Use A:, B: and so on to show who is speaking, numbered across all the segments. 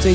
A: 最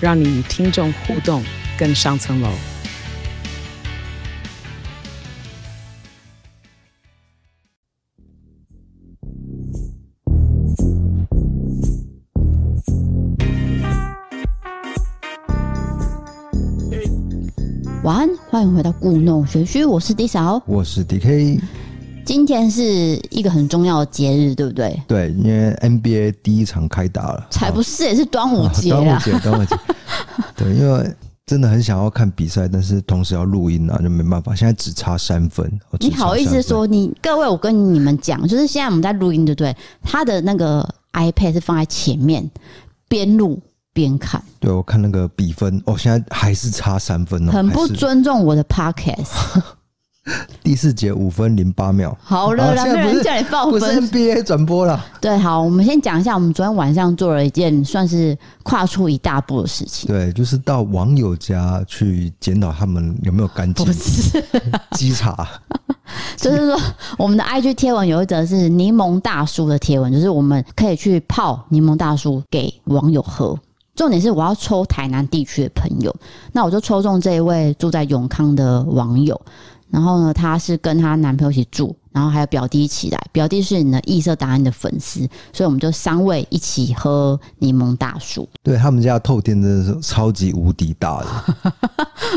A: 让你与听众互动更上层楼。
B: 晚安，欢迎回到故弄玄虚，我是 D 嫂。
C: 我是 DK，
B: 今天是一个很重要的节日，对不对？
C: 对，因为 NBA 第一场开打了，
B: 才不是，也是端午
C: 啊
B: 节
C: 端午
B: 啊！
C: 节， 端午节，对，因为真的很想要看比赛，但是同时要录音啊，就没办法，现在只差三分。我只
B: 你
C: 差
B: 好意思
C: 三分
B: 说你各位，我跟你们讲，就是现在我们在录音，对不对？他的那个 iPad 是放在前面，边录边看，
C: 对，我看那个比分，哦，现在还是差三分哦，
B: 很不
C: 还是
B: 尊重我的 Podcast。
C: 第四节五分零八秒，
B: 好了啦，
C: 啊
B: 没
C: 现在不
B: 人
C: 是
B: 叫你报
C: 不是
B: 分。
C: NBA 转播了，
B: 对，好，我们先讲一下，我们昨天晚上做了一件算是跨出一大步的事情，
C: 对，就是到网友家去检讨他们有没有干净
B: 不是？
C: 稽查，
B: 就是说，我们的 IG 贴文有一则是柠檬大叔的贴文，就是我们可以去泡柠檬大叔给网友喝。重点是我要抽台南地区的朋友，那我就抽中这一位住在永康的网友。然后呢，她是跟她男朋友一起住，然后还有表弟一起来。表弟是你的异色答案的粉丝，所以我们就三位一起喝柠檬大叔。
C: 对他们家的透天真的是超级无敌 大的，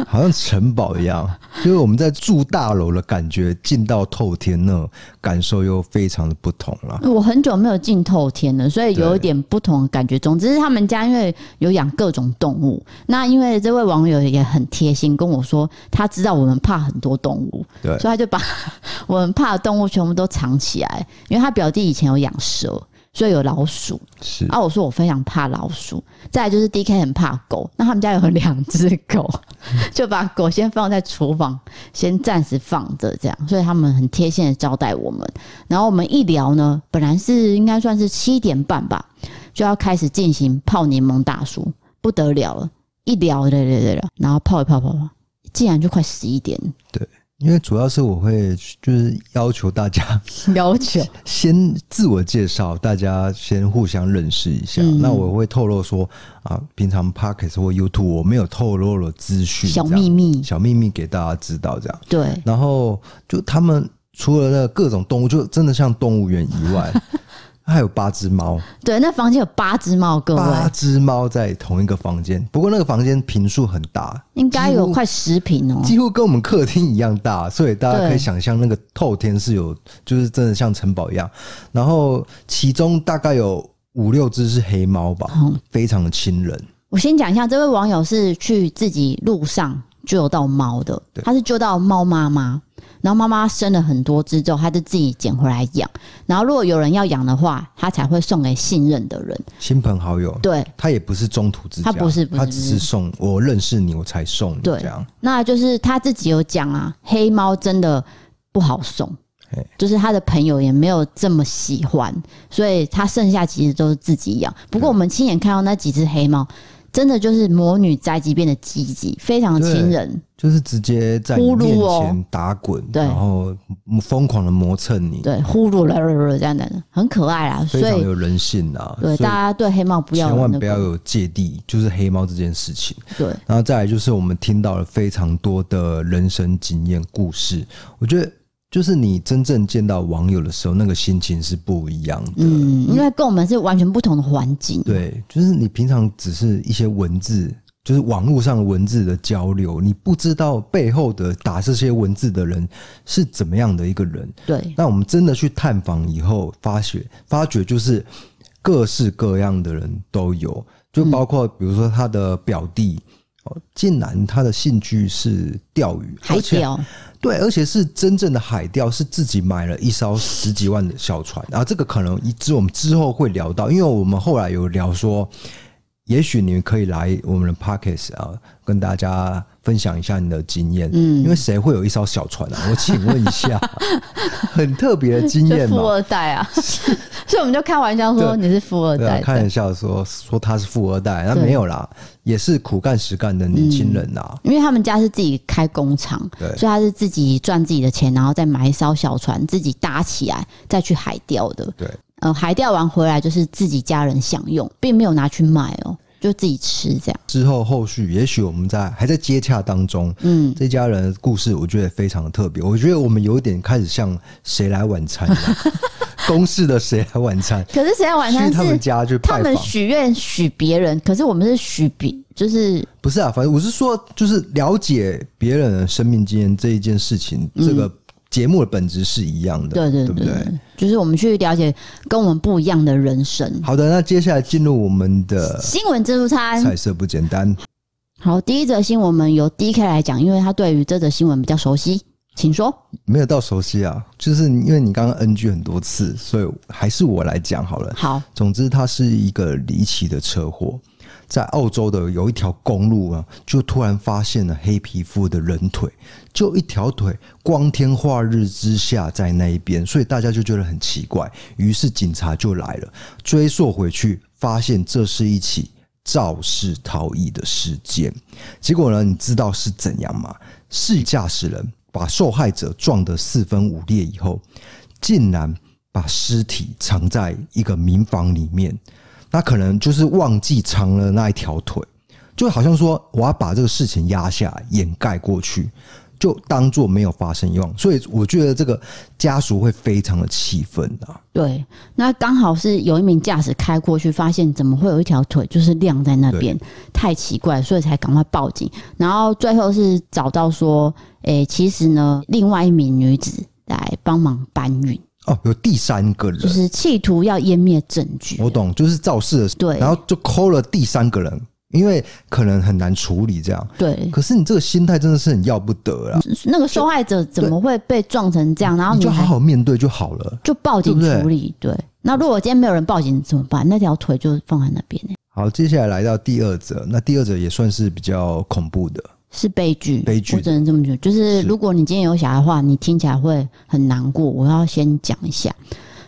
C: 好像城堡一样，就是我们在住大楼的感觉，进到透天那种感受又非常的不同了。
B: 我很久没有进透天了，所以有一点不同的感觉。总之是他们家因为有养各种动物，那因为这位网友也很贴心跟我说，他知道我们怕很多动物，
C: 对
B: 所以他就把 我们怕的动物全部都藏起来。因为他表弟以前有养蛇，所以有老鼠。
C: 是
B: 啊，我说我非常怕老鼠，再来就是 D K 很怕狗，那他们家有两只狗， 就把狗先放在厨房，先暂时放着这样，所以他们很贴心的招待我们。然后我们一聊呢，本来是应该算是七点半吧，就要开始进行泡柠檬大叔，不得了了，一聊聊聊聊聊，然后泡一泡泡泡，竟然就快十一点了，
C: 因为主要是我会就是要求大家
B: 要求
C: 先自我介绍，大家先互相认识一下。
B: 嗯
C: 那我会透露说啊，平常 Pockets 或 YouTube 我没有透露了资讯，
B: 小
C: 这样
B: 秘密，
C: 小秘密给大家知道这样。
B: 对，
C: 然后就他们除了那个各种动物，就真的像动物园以 外，还有八只猫，
B: 对，那房间有八只猫，各位
C: 八只猫在同一个房间。不过那个房间平数很大，
B: 应该
C: 几
B: 有
C: 乎
B: 快十平哦、
C: 几乎跟我们客厅一样大，所以大家可以想象那个透天是有，就是真的像城堡一样。然后其中大概有五六只是黑猫吧，
B: 嗯
C: 非常的亲人。
B: 我先讲一下，这位网友是去自己路上救到猫的，
C: 对
B: 他是救到猫妈妈，然后妈妈生了很多只之后，他就自己捡回来养。然后如果有人要养的话，他才会送给信任的人。
C: 亲朋好友，
B: 对，
C: 他也不是中途之家，
B: 他不是不是
C: 他只
B: 不
C: 是
B: 是
C: 送我认识你，我才送你
B: 对
C: 这样。
B: 那就是他自己有讲啊，黑猫真的不好送
C: 嘿，
B: 就是他的朋友也没有这么喜欢，所以他剩下其实都是自己养。不过我们亲眼看到那几只黑猫，真的就是魔女宅急便的鸡鸡，非常的亲
C: 对
B: 人。
C: 就是直接在你
B: 呼噜
C: 面
B: 哦
C: 前打滚，
B: 对
C: 然后疯狂的磨蹭你，
B: 对，呼噜啦啦啦这样的，很可爱啦。所
C: 非常
B: 以
C: 有人性啊！
B: 对
C: 所
B: 大家
C: 以
B: 对黑猫不要
C: 千
B: 有
C: 万
B: 那
C: 不要
B: 个
C: 有芥蒂，就是黑猫这件事情。
B: 对
C: 然后再来就是我们听到了非常多的人生经验故事，我觉得就是你真正见到网友的时候，那个心情是不一样的。
B: 嗯，因为跟我们是完全不同的环境。
C: 对，就是你平常只是一些文字，就是网络上的文字的交流，你不知道背后的打这些文字的人是怎么样的一个人。
B: 对
C: 那我们真的去探访以后，发觉发觉就是各式各样的人都有，就包括比如说他的表弟。哦，竟然他的兴趣是钓鱼，
B: 海
C: 而且
B: 钓
C: 对，而且是真正的海钓，是自己买了一艘十几啊万的小船。然后这个可能一之我们之后会聊到，因为我们后来有聊说，也许你可以来我们的 Pockets 啊，跟大家分享一下你的经验。
B: 嗯
C: 因为谁会有一艘小船 啊？我请问一下，很特别的经
B: 就
C: 验
B: 富
C: 嘛。
B: 二代 啊， 所以我们就开玩笑说
C: 对
B: 你是富二
C: 对啊
B: 代，，
C: 开
B: 对
C: 玩笑说说他是富二代，那
B: 对嗯
C: 没有啦，也是苦干实干的年轻人啊呐、
B: 因为他们家是自己开工厂，
C: 对
B: 所以他是自己赚自己的钱，然后再买一艘小船，自己搭起来再去海钓的。
C: 对，
B: 呃，海钓完回来就是自己家人享用，并没有拿去卖哦，就自己吃这样。
C: 之后后续，也许我们在还在接洽当中，
B: 嗯，
C: 这家人的故事我觉得非常特别。我觉得我们有点开始像谁来晚餐 一样，公式的谁来晚餐，
B: 可是谁在晚餐
C: 去他们
B: 是
C: 家去
B: 他
C: 拜
B: 们
C: 访。
B: 许愿许别人，可是我们是许别，就是
C: 不是啊，反正我是说，就是了解别人的生命经验这一件事情，这个节目的本质是一样的，
B: 嗯对对
C: 对不
B: 对
C: 对？
B: 就是我们去了解跟我们不一样的人生。
C: 好的，那接下来进入我们的
B: 新闻自助餐，
C: 呃菜色不简单，
B: 好，第一则新闻我们由 D K 来讲，因为他对于这则新闻比较熟悉，请 说。
C: 没有到熟悉啊，就是因为你刚刚 NG 很多次，所以还是我来讲好了。
B: 好，
C: 总之，它是一个离奇的车祸，在澳洲的有一条公路啊，就突然发现了黑皮肤的人腿，就一条腿光天化日之下在那一边，所以大家就觉得很奇怪，于是警察就来了，追溯回去，发现这是一起。肇事逃逸的事件，结果呢？你知道是怎样吗？是驾驶人把受害者撞得四分五裂以后，竟然把尸体藏在一个民房里面，那可能就是忘记藏了那一条腿，就好像说我要把这个事情压下来，掩盖过去，就当做没有发生一样。所以我觉得这个家属会非常的气愤啊。
B: 对，那刚好是有一名驾驶开过去，发现怎么会有一条腿就是晾在那边，太奇怪，所以才赶快报警。然后最后是找到说，诶、其实呢，另外一名女子来帮忙搬运，
C: 哦，有第三个人，
B: 就是企图要湮灭证据
C: 我。懂，就是肇事的时候，
B: 对
C: 然后就扣了第三个人，因为可能很难处理这样。
B: 对，
C: 可是你这个心态真的是很要不得啦，
B: 那个受害者怎么会被撞成这样？嗯然后
C: 你就好
B: 还
C: 好面对就好了。
B: 就报警
C: 对不对
B: 处理。对，那如果今天没有人报警怎么办？那条腿就放在那边、欸，
C: 好，接下来来到第二则，那第二则也算是比较恐怖的，
B: 是悲剧，
C: 悲剧
B: 我只能这么觉得。就是
C: 是
B: 如果你今天有小孩的话，你听起来会很难过。我要先讲一下，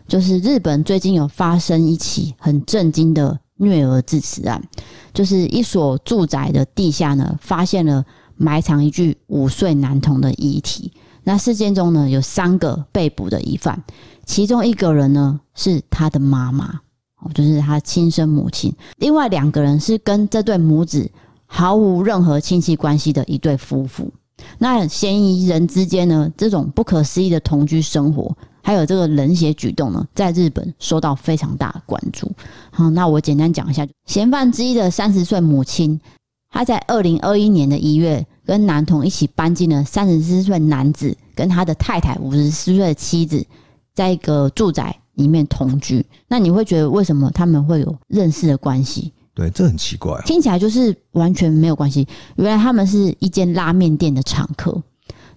B: 就是日本最近有发生一起很震惊的虐儿致死案，就是一所住宅的地下呢，发现了埋藏一具五岁男童的遗体。那事件中呢，有三个被捕的疑犯，其中一个人呢是他的妈妈，哦就是他亲生母亲；另外两个人是跟这对母子毫无任何亲戚关系的一对夫妇。那嫌疑人之间呢，这种不可思议的同居生活，还有这个冷血举动呢，在日本受到非常大的关注。好，那我简单讲一下，嫌犯之一的三十岁母亲，她在二零二一年的一月跟男童一起搬进了三十四岁男子跟他的太太五十四岁的妻子，在一个住宅里面同居。那你会觉得为什么他们会有认识的关系？
C: 对，这很奇怪、啊。
B: 听起来就是完全没有关系。原来他们是一间拉面店的常客，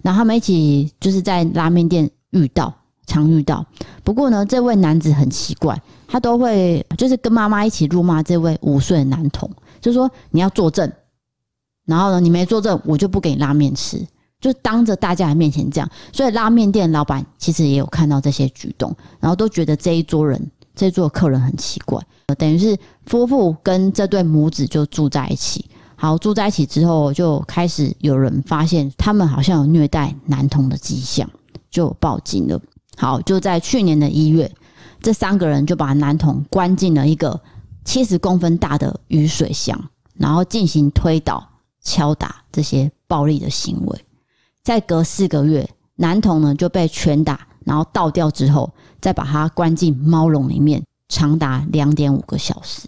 B: 然后他们一起就是在拉面店遇到，常遇到。不过呢，这位男子很奇怪，他都会就是跟妈妈一起辱骂这位五岁的男童，就说你要作证，然后呢你没作证，我就不给你拉面吃。就当着大家的面前这样，所以拉面店老板其实也有看到这些举动，然后都觉得这一桌人、这一桌客人很奇怪，呃等于是夫妇跟这对母子就住在一起。好，住在一起之后，就开始有人发现他们好像有虐待男童的迹象，就报警了。好，就在去年的一月，这三个人就把男童关进了一个七十公分大的雨水箱，然后进行推倒、敲打这些暴力的行为。再隔四个月，男童呢就被拳打，然后倒掉之后，再把他关进猫笼里面，长达两点五个小时。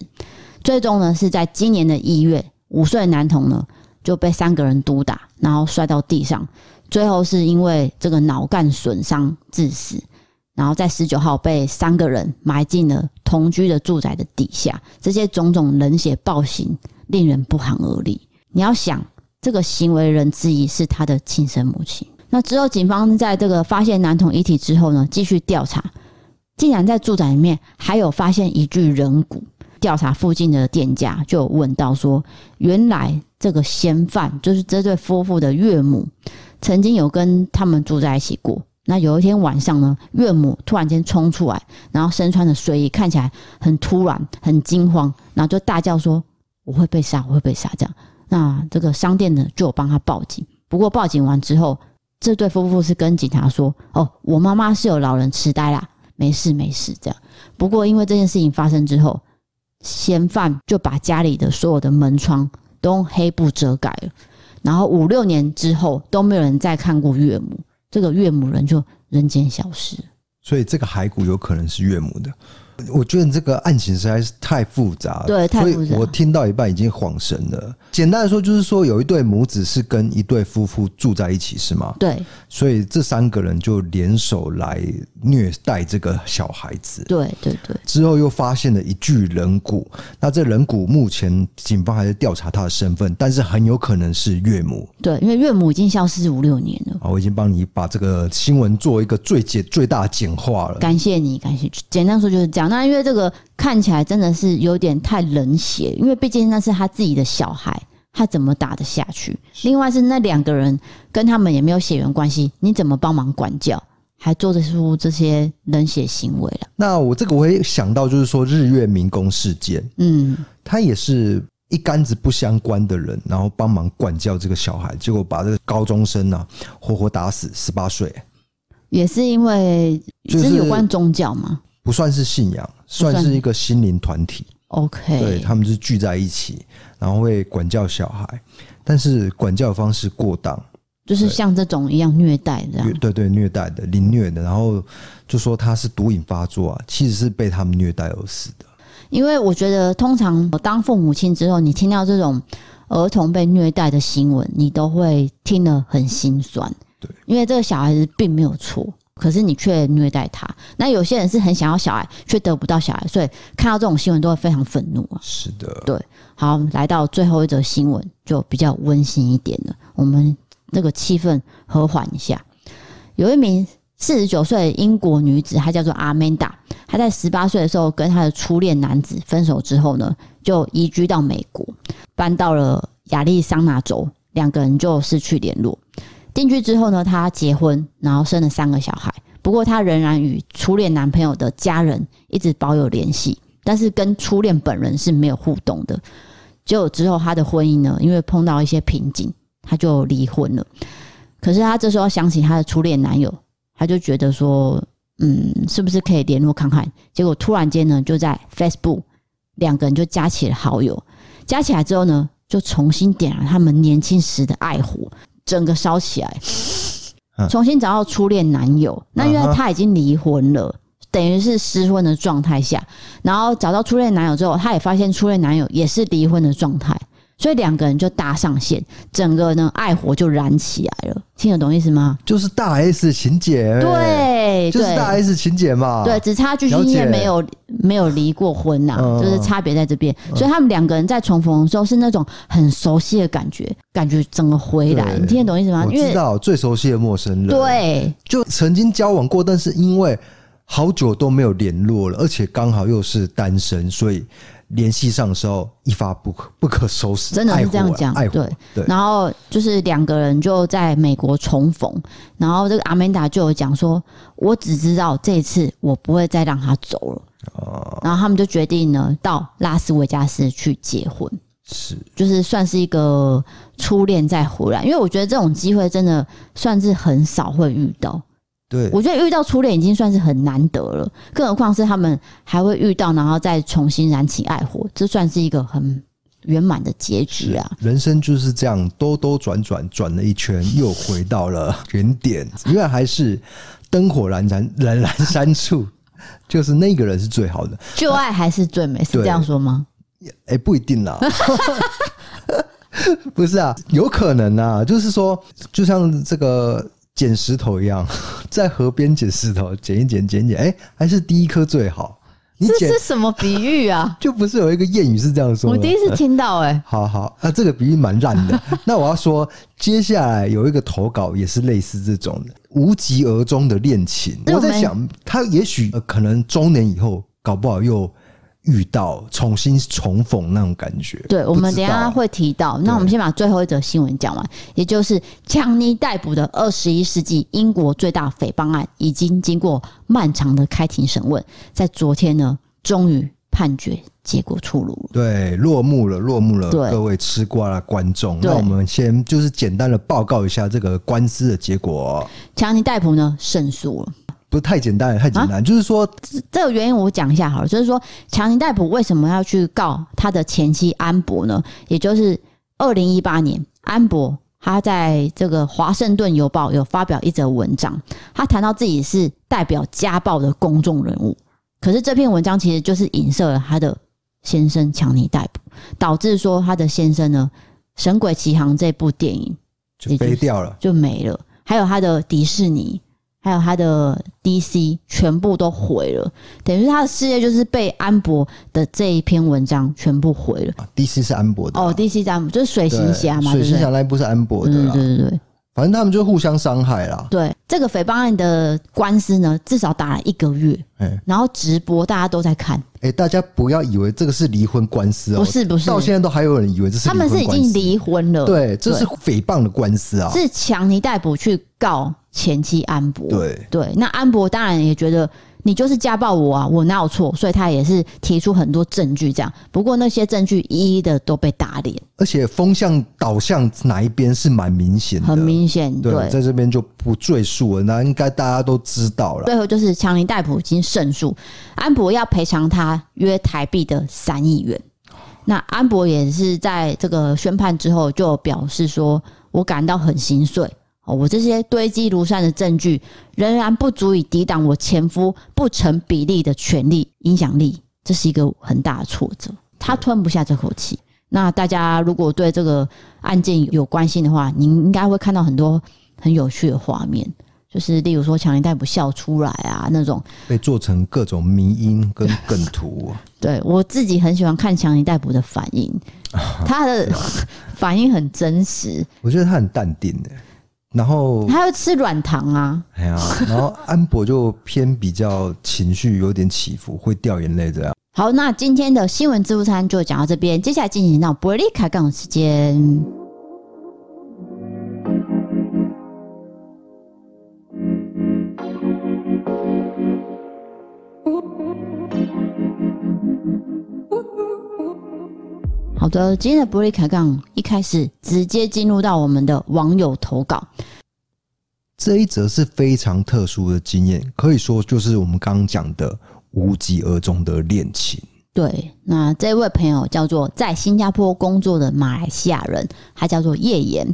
B: 最终呢，是在今年的一月，五岁的男童呢就被三个人毒打，然后摔到地上，最后是因为这个脑干损伤致死。然后在十九号被三个人埋进了同居的住宅的底下，这些种种冷血暴行令人不寒而栗。你要想，这个行为人之一是他的亲生母亲。那之后，警方在这个发现男童遗体之后呢，继续调查，竟然在住宅里面还有发现一具人骨，调查附近的店家，就有问到说，原来这个嫌犯就是这对夫妇的岳母，曾经有跟他们住在一起过。那有一天晚上呢，岳母突然间冲出来，然后身穿着睡衣，看起来很突然、很惊慌，然后就大叫说：“我会被杀，我会被杀！”这样，那这个商店呢就有帮他报警。不过报警完之后，这对夫妇是跟警察说：“哦，我妈妈是有老人痴呆啦，没事没事。”这样。不过因为这件事情发生之后，嫌犯就把家里的所有的门窗都用黑布遮盖了，然后五六年之后都没有人再看过岳母，这个岳母人就人间消失了。
C: 所以这个骸骨有可能是岳母的。我觉得这个案情实在是太复杂了，
B: 对太复杂
C: 所以我听到一半已经恍神了。简单的说，就是说有一对母子是跟一对夫妇住在一起，是吗？
B: 对
C: 所以这三个人就联手来虐待这个小孩子。
B: 对对对，
C: 之后又发现了一具人骨，那这人骨目前警方还在调查他的身份，但是很有可能是岳母。
B: 对，因为岳母已经消失五六年了。
C: 啊，我已经帮你把这个新闻做一个最简最大简化了。
B: 感谢你，感谢。简单说就是这样。那因为这个看起来真的是有点太冷血，因为毕竟那是他自己的小孩，他怎么打得下去？另外是那两个人跟他们也没有血缘关系，你怎么帮忙管教，还做得出这些冷血行为了？
C: 那我这个我会想到就是说日月民工事件，
B: 嗯，
C: 他也是一竿子不相关的人，然后帮忙管教这个小孩，结果把这个高中生啊活活打死，十八岁，
B: 也是因为
C: 就是
B: 有关宗教嘛。
C: 不算是信仰，
B: 算
C: 算是一个心灵团体。对
B: OK，
C: 他们是聚在一起，然后会管教小孩，但是管教的方式过当，
B: 就是像这种一样虐待这样
C: 虐。对对虐待的、凌虐的，然后就说他是毒瘾发作啊，其实是被他们虐待而死的。
B: 因为我觉得，通常呃当父母亲之后，你听到这种儿童被虐待的新闻，你都会听得很心酸。
C: 对，
B: 因为这个小孩子并没有错，可是你却虐待他。那有些人是很想要小孩，却得不到小孩，所以看到这种新闻都会非常愤怒啊。
C: 是的，
B: 好，来到最后一则新闻，就比较温馨一点了，我们这个气氛和缓一下。有一名四十九岁的英国女子，她叫做阿曼达，她在十八岁的时候跟她的初恋男子分手之后呢，就移居到美国，搬到了亚利桑那州，两个人就失去联络。定居之后呢，她结婚，然后生了三个小孩。不过她仍然与初恋男朋友的家人一直保有联系，但是跟初恋本人是没有互动的。结果之后，她的婚姻呢，因为碰到一些瓶颈，她就离婚了。可是她这时候想起她的初恋男友，她就觉得说，嗯，是不是可以联络看看？结果突然间呢，就在 Facebook 两个人就加起了好友，加起来之后呢，就重新点燃他们年轻时的爱火，整个烧起来
C: 嗯，
B: 重新找到初恋男友。那因
C: 嗯
B: 为
C: 哼
B: 她已经离婚了。等于是失婚的状态下，然后找到初恋男友之后，她也发现初恋男友也是离婚的状态，所以两个人就搭上线，整个呢爱火就燃起来了。听得懂意思吗？
C: 就是大 S 情节，，
B: 对，
C: 哎就是大
B: 对
C: S 情节嘛，
B: 对，只差巨
C: 了
B: 星
C: 解
B: 也没有没有离过婚呐、
C: 嗯
B: 就是差别在这边。所以他们两个人在重逢的时候是那种很熟悉的感觉，感觉整个回来。
C: 对
B: 你听得懂意思吗？
C: 我
B: 因
C: 知
B: 为
C: 道最熟悉的陌生人，，
B: 对
C: 就曾经交往过，但是因为好久都没有联络了，而且刚好又是单身，所以联系上的时候一发不可 不可收拾，
B: 真的
C: 爱
B: 是
C: 火
B: 这样
C: 啊
B: 讲
C: 爱，火
B: 对，
C: 对
B: 然后就是两个人就在美国重逢，然后这个阿曼达就有讲说，我只知道这一次我不会再让他走了。
C: 哦
B: 然后他们就决定呢，到拉斯维加斯去结婚，
C: 是
B: 就是算是一个初恋再回来。因为我觉得这种机会真的算是很少会遇到。
C: 对，
B: 我觉得遇到初恋已经算是很难得了，更何况是他们还会遇到，然后再重新燃起爱火，这算是一个很圆满的结局啊。
C: 人生就是这样兜兜转转转了一圈，又回到了原点， 因为还是灯火阑珊 仍然三处， 就是那个人是最好的，
B: 旧爱还是最美，是
C: 对
B: 这样说吗？
C: 哎、不一定啦。 不是啊，有可能啊，就是说，就像这个捡石头一样， 在河边捡石头，捡一捡，捡一捡，哎、还是第一颗最好。你
B: 这
C: 捡
B: 是什么比喻啊
C: ？就不是有一个谚语是这样说
B: 我
C: 的？
B: 第一次听到、哎，
C: 好好，那、这个比喻蛮烂 的。那我要说，接下来有一个投稿也是类似这种的，无疾而终的恋情。
B: 那
C: 我
B: 我们
C: 在想，他也许、呃可能中年以后，搞不好又遇到，重新重逢那种感觉。
B: 对，我们
C: 不
B: 等
C: 知
B: 一
C: 道
B: 下会提到。那我们先把最后一则新闻讲完，也就是强尼逮捕的二十一世纪英国最大诽谤案，已经经过漫长的开庭审问，在昨天呢，终于判决结果出炉了。
C: 对落幕了，落幕了，
B: 对
C: 各位吃瓜的观众，
B: 对
C: 那我们先就是简单的报告一下这个官司的结果。
B: 强尼逮捕呢胜诉了，
C: 不是太简单了，太简单，
B: 啊
C: 就是说
B: 这这个原因我讲一下好了，就是说强尼逮捕为什么要去告他的前妻安博呢？也就是二零一八年，安博他在这个《华盛顿邮报》有发表一则文章，他谈到自己是代表家暴的公众人物，可是这篇文章其实就是影射了他的先生强尼逮捕，导致说他的先生呢《神鬼奇航》这部电影
C: 就飞掉了。
B: 就没了，还有他的迪士尼，还有他的 DC，全部都毁了。等于他的事业就是被安博的这一篇文章全部毁了。
C: 啊 DC 是安博的啦
B: 哦，DC 詹姆就是水
C: 对
B: 行侠嘛，对嗯
C: 水
B: 不
C: 行侠
B: 对？
C: 那一部是安博
B: 对
C: 的啊
B: 对
C: 啦，
B: 对对对
C: 反正他们就互相伤害啦。
B: 对，这个诽谤案的官司呢，至少打了一个月，
C: 哎、
B: 然后直播大家都在看，
C: 哎、大家不要以为这个是离婚官司哦、
B: 不是不是，
C: 到现在都还有人以为这是
B: 他们是已经
C: 离
B: 离婚了，
C: 婚官司，对，这是诽谤的官司啊，
B: 是强尼逮捕去告前妻安博，
C: 对
B: 对，那安博当然也觉得你就是家暴我啊，我哪有错，所以他也是提出很多证据这样。不过那些证据一一的都被打脸，
C: 而且风向导向哪一边是蛮明显的，
B: 很明显。
C: 对，
B: 对，
C: 在这边就不赘述了，那应该大家都知道了。
B: 最后就是强尼戴普已经胜诉，安博要赔偿他约台币的三亿元。那安博也是在这个宣判之后就表示说，我感到很心碎。哦，我这些堆积如山的证据仍然不足以抵挡我前夫不成比例的权力影响力，这是一个很大的挫折。他吞不下这口气。那大家如果对这个案件有关心的话，您应该会看到很多很有趣的画面，就是例如说强尼戴普笑出来啊那种。
C: 被做成各种迷音跟梗 图，
B: 对我自己很喜欢看强尼戴普的反应，他的反应很真实，
C: 我觉得他很淡定的。然后，
B: 他要吃软糖啊，
C: 哎呀，然后安博就偏比较情绪有点起伏，会掉眼泪这样。
B: 好，那今天的新闻自助餐就讲到这边，接下来进行到伯利卡杠的时间。好的，今天的伯利卡杠一开始直接进入到我们的网友投稿，
C: 这一则是非常特殊的经验，可以说就是我们刚刚讲的无疾而终的恋情。
B: 对，那这位朋友叫做在新加坡工作的马来西亚人，他叫做叶岩。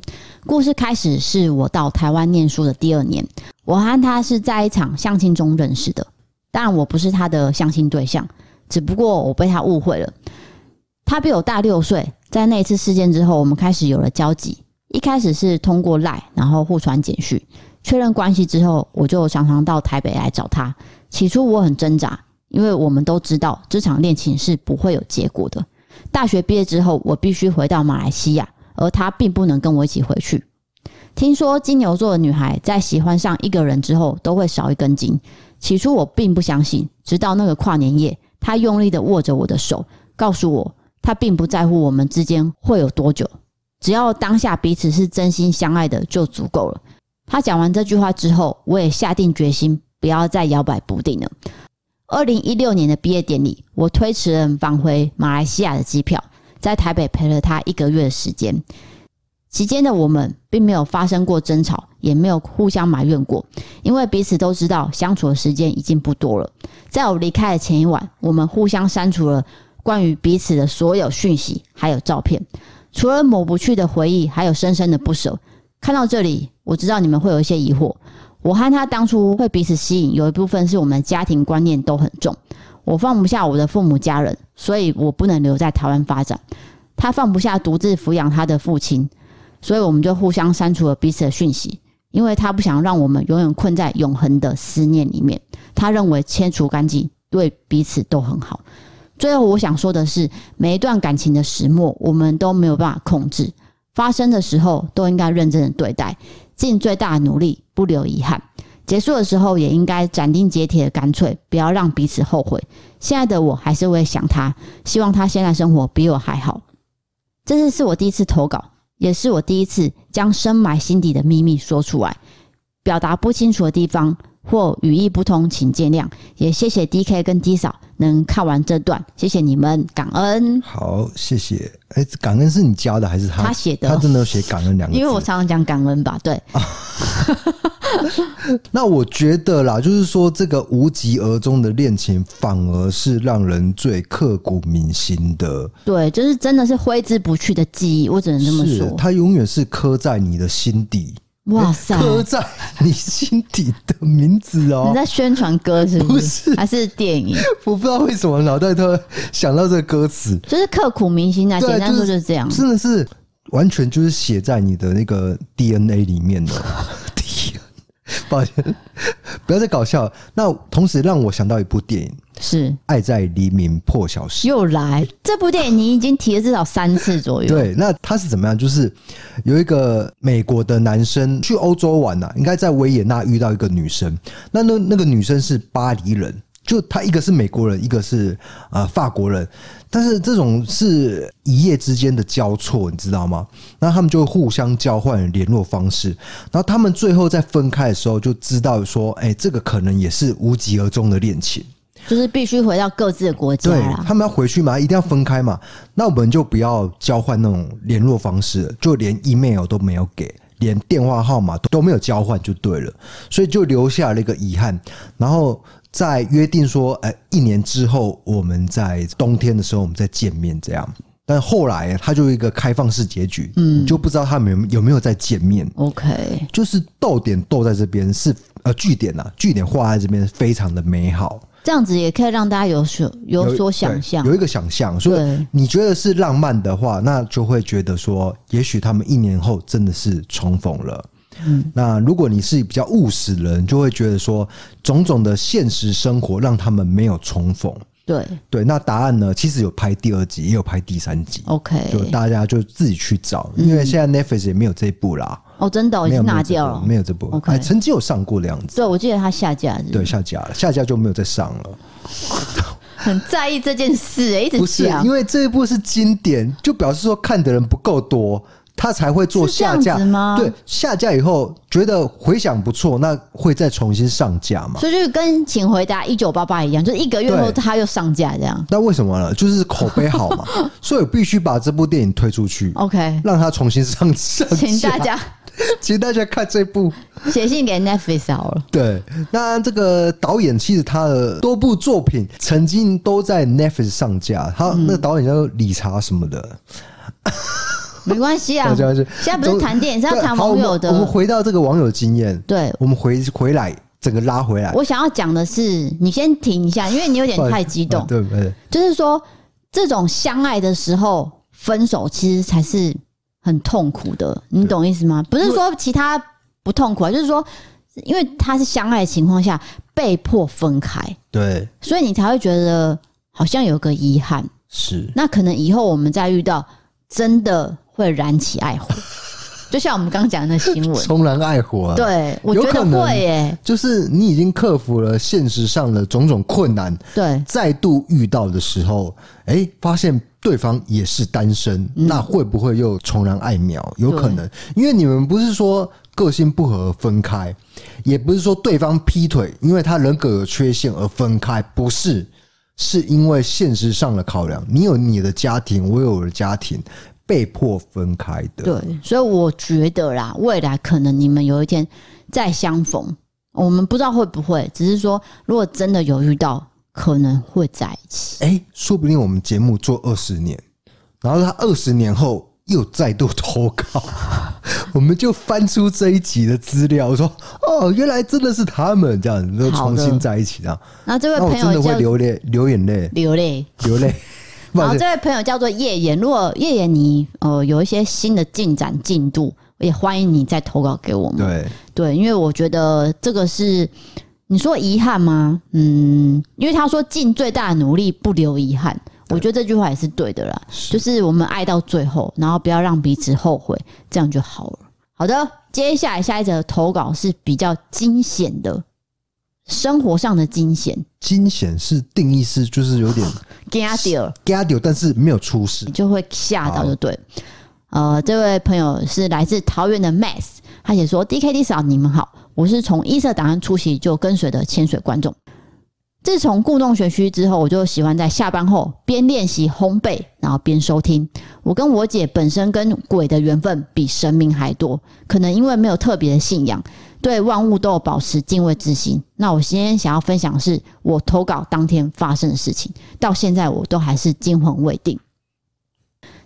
B: 故事开始是我到台湾念书的第二年，我和他是在一场相亲中认识的。当然，我不是他的相亲对象，只不过我被他误会了。他比我大六岁，在那一次事件之后，我们开始有了交集。一开始是通过赖，然后互传简讯确认关系之后，我就常常到台北来找他。起初我很挣扎，因为我们都知道这场恋情是不会有结果的。大学毕业之后，我必须回到马来西亚，而他并不能跟我一起回去。听说金牛座的女孩在喜欢上一个人之后，都会少一根筋。起初我并不相信，直到那个跨年夜，他用力的握着我的手，告诉我他并不在乎我们之间会有多久，只要当下彼此是真心相爱的就足够了。他讲完这句话之后，我也下定决心不要再摇摆不定了。二零一六年的毕业典礼，我推迟了返回马来西亚的机票，在台北陪了他一个月的时间。期间的我们并没有发生过争吵，也没有互相埋怨过，因为彼此都知道相处的时间已经不多了。在我离开的前一晚，我们互相删除了关于彼此的所有讯息，还有照片，除了抹不去的回忆，还有深深的不舍。看到这里，我知道你们会有一些疑惑，我和他当初会彼此吸引，有一部分是我们家庭观念都很重。我放不下我的父母家人，所以我不能留在台湾发展。他放不下独自抚养他的父亲，所以我们就互相删除了彼此的讯息，因为他不想让我们永远困在永恒的思念里面。他认为切除干净对彼此都很好。最后，我想说的是，每一段感情的始末，我们都没有办法控制，发生的时候都应该认真的对待，尽最大的努力，不留遗憾。结束的时候也应该斩钉截铁的干脆，不要让彼此后悔。现在的我还是会想他，希望他现在生活比我还好。这次是我第一次投稿，也是我第一次将深埋心底的秘密说出来。表达不清楚的地方或语义不通，请见谅。也谢谢 D K 跟 D 嫂能看完这段，谢谢你们，感恩。
C: 好，谢谢。哎、感恩是你加的还是他
B: 他写的
C: 他真的有写感恩两个字。
B: 因为我常常讲感恩吧，对，
C: 那我觉得啦，就是说这个无疾而终的恋情，反而是让人最刻骨铭心的。
B: 对，就是真的是挥之不去的记忆，我只能这么
C: 是哎
B: 说，。
C: 它永远是刻在你的心底，
B: 哇塞，
C: 刻
B: 你
C: 在你心底的名字哦、
B: 在宣传歌是
C: 不
B: 不是？
C: 是
B: 还是电影？
C: 我不知道为什么脑袋突然想到这个歌词，
B: 就是刻骨铭心啊！
C: 对
B: 简单
C: 就是
B: 说就是这样。
C: 真的是完全就是写在你的那个 DNA 里面的。DNA 抱歉，不要再搞笑了。那同时让我想到一部电影《
B: 是
C: 爱在黎明破晓时》。
B: 又来这部电影，你已经提了至少三次左右。，
C: 对，那他是怎么样？就是有一个美国的男生去欧洲玩啊呐、应该在维也纳遇到一个女生，那那那个女生是巴黎人。就他一个是美国人，一个是呃法国人，但是这种是一夜之间的交错，你知道吗？那他们就互相交换联络方式，然后他们最后在分开的时候就知道说，哎、这个可能也是无疾而终的恋情。
B: 就是必须回到各自的国家啊
C: 对
B: 啦。
C: 他们要回去嘛，一定要分开嘛。那我们就不要交换那种联络方式了，就连 email 都没有给，连电话号码都都没有交换就对了，所以就留下了一个遗憾。然后再约定说，哎、一年之后我们在冬天的时候我们再见面这样。但后来他就一个开放式结局，嗯，你就不知道他们有没有有没有再见面。
B: OK，
C: 就是逗点逗在这边是呃据点啊，据点画在这边非常的美好。
B: 这样子也可以让大家有所有所想象
C: 对。有一个想象，所以
B: 对
C: 你觉得是浪漫的话，那就会觉得说，也许他们一年后真的是重逢了。嗯，那如果你是比较务实的人，就会觉得说，种种的现实生活让他们没有重逢。
B: 对
C: 对，那答案呢？其实有拍第二集，也有拍第三集，
B: 哦
C: 就
B: ，OK，
C: 大家就自己去找，因为现在 Netflix 也没有这一部啦，
B: 哦，真嗯的哦、已
C: 没有
B: 经
C: 没有
B: 拿
C: 这
B: 掉
C: 部
B: 了。
C: 没有这部，
B: OK 嗯
C: 哎，曾经有上过的样子，
B: 对，我记得他下架是
C: 对，下架了，下架就没有再上了。
B: 很在意这件事、欸，一直
C: 不是，
B: 讲
C: 因。为这一部是经典，就表示说看的人不够多，他才会做下
B: 是这
C: 架
B: 样子吗
C: 对，下架以后觉得回响不错，那会再重新上架嘛？
B: 所以就是跟《请回答一九八八》一样，就是一个月后
C: 对
B: 他又上架这样。
C: 那为什么呢？就是口碑好 嘛，所以我必须把这部电影推出去，
B: OK，
C: 让它重新上上架。
B: 哦请大，家
C: 请大家看这部。
B: 写信给 Netflix 好了。
C: 对，那这个导演其实他的多部作品曾经都在 Netflix 上架，他
B: 嗯
C: 那个导演叫理查什么的，
B: 没关系 啊，
C: 大家是
B: 现在不是谈电影，是要
C: 对
B: 谈
C: 好
B: 网友
C: 我们。我们
B: 的。
C: 回到这个网友经验，
B: 对，
C: 我们回回来，整个拉回来。
B: 我想要讲的是，你先停一下，因为你有点
C: 不然
B: 太激动
C: 啊。对不对？
B: 就是说，这种相爱的时候分手，其实才是很痛苦的，你懂意思吗？不是说其他不痛苦啊，就是说，因为他是相爱的情况下被迫分开，
C: 对，
B: 所以你才会觉得好像有个遗憾。
C: 是
B: 那可能以后我们再遇到，真的会燃起爱 火，就像我们刚讲的那新闻。
C: 重燃爱火、啊。，
B: 对，我
C: 有
B: 觉
C: 可
B: 得
C: 能
B: 会耶、
C: 就是你已经克服了现实上的种种困难，
B: 对，
C: 再度遇到的时候，哎、发现对方也是单身，那会不会又重燃爱苗？有可能，因为你们不是说个性不合分开，也不是说对方劈腿，因为他人格有缺陷而分开，不是，是因为现实上的考量，你有你的家庭，我有我的家庭，被迫分开的。
B: 对，所以我觉得啦，未来可能你们有一天再相逢，我们不知道会不会，只是说如果真的有遇到，可能会在一起。
C: 哎、说不定我们节目做二十年，然后他二十年后又再度投稿， 我们就翻出这一集的资料，说哦，原来真的是他们这样，就
B: 好
C: 重
B: 的
C: 新在一起这样。
B: 那这位
C: 那我
B: 朋
C: 真的
B: 友
C: 会
B: 叫
C: 流泪，流眼泪，
B: 流泪，
C: 流 泪。
B: 然
C: 抱
B: 后
C: 歉
B: 这位朋友叫做叶岩，如果叶岩你呃有一些新的进展进度，也欢迎你再投稿给我们。
C: 对，
B: 对，因为我觉得这个是。你说遗憾吗？嗯，因为他说尽最大的努力不留遗憾，我觉得这句话也是对的啦。
C: 是
B: 就是我们爱到最后，然后不要让彼此后悔，这样就好了。好的，接下来下一则投稿是比较惊险的，生活上的惊险，
C: 惊险是定义是就是有 点
B: 惊到
C: 嘎丢，但是没有出事
B: 你。就会吓到，就对。呃，这位朋友是来自桃园的 Max，他写说：“D K D 嫂，你们好，我是从一色档案出席就跟随的潜水观众。自从故弄玄虚之后，我就喜欢在下班后边练习烘焙，然后边收听。我跟我姐本身跟鬼的缘分比神明还多，可能因为没有特别的信仰，对万物都有保持敬畏之心。那我今天想要分享的是我投稿当天发生的事情，到现在我都还是惊魂未定。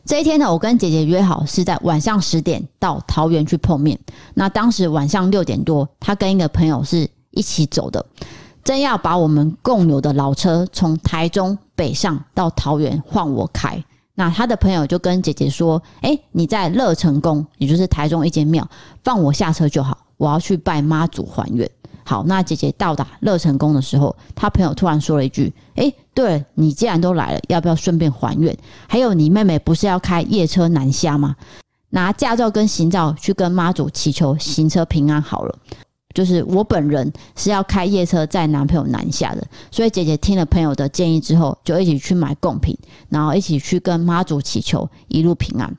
B: 这一天呢，我跟姐姐约好是在晚上十点到桃园去碰面。那当时晚上六点多，她跟一个朋友是一起走的，正要把我们共有的老车从台中北上到桃园换我开。那她的朋友就跟姐姐说：“哎、你在乐成宫，也就是台中一间庙，放我下车就好，我要去拜妈祖还愿。”好，那姐姐到达乐成宫的时候，她朋友突然说了一句：“哎、对了，你既然都来了，要不要顺便还愿？还有你妹妹不是要开夜车南下吗？拿驾照跟行照去跟妈祖祈求行车平安好了。就是我本人是要开夜车载男朋友南下的，所以姐姐听了朋友的建议之后，就一起去买贡品，然后一起去跟妈祖祈求一路平安。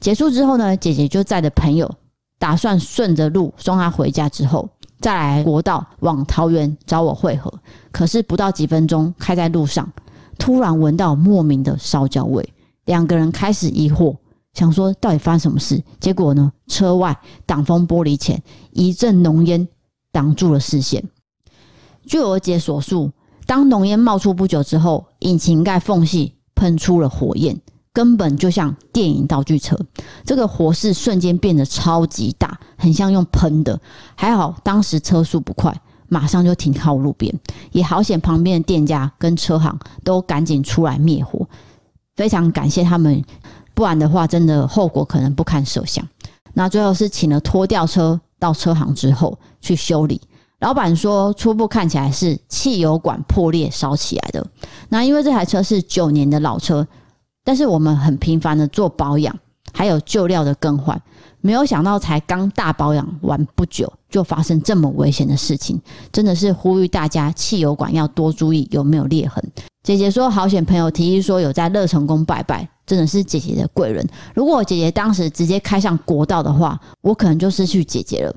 B: 结束之后呢，姐姐就载着朋友，打算顺着路送他回家之后，再来国道往桃园找我会合。可是不到几分钟，开在路上，突然闻到莫名的烧焦味，两个人开始疑惑，想说到底发生什么事。结果呢，车外挡风玻璃前一阵浓烟挡住了视线。据我姐所述，当浓烟冒出不久之后，引擎盖缝隙喷出了火焰，根本就像电影道具车。这个火势瞬间变得超级大，很像用喷的。还好当时车速不快，马上就停靠路边。也好险，旁边的店家跟车行都赶紧出来灭火，非常感谢他们，不然的话真的后果可能不堪设想。那最后是请了拖吊车到车行之后去修理，老板说初步看起来是汽油管破裂烧起来的。那因为这台车是九年的老车，但是我们很频繁的做保养，还有旧料的更换。没有想到，才刚大保养完不久，就发生这么危险的事情。真的是呼吁大家汽油管要多注意有没有裂痕。姐姐说好险，朋友提议说有在乐成宫拜拜，真的是姐姐的贵人。如果我姐姐当时直接开上国道的话，我可能就失去姐姐了。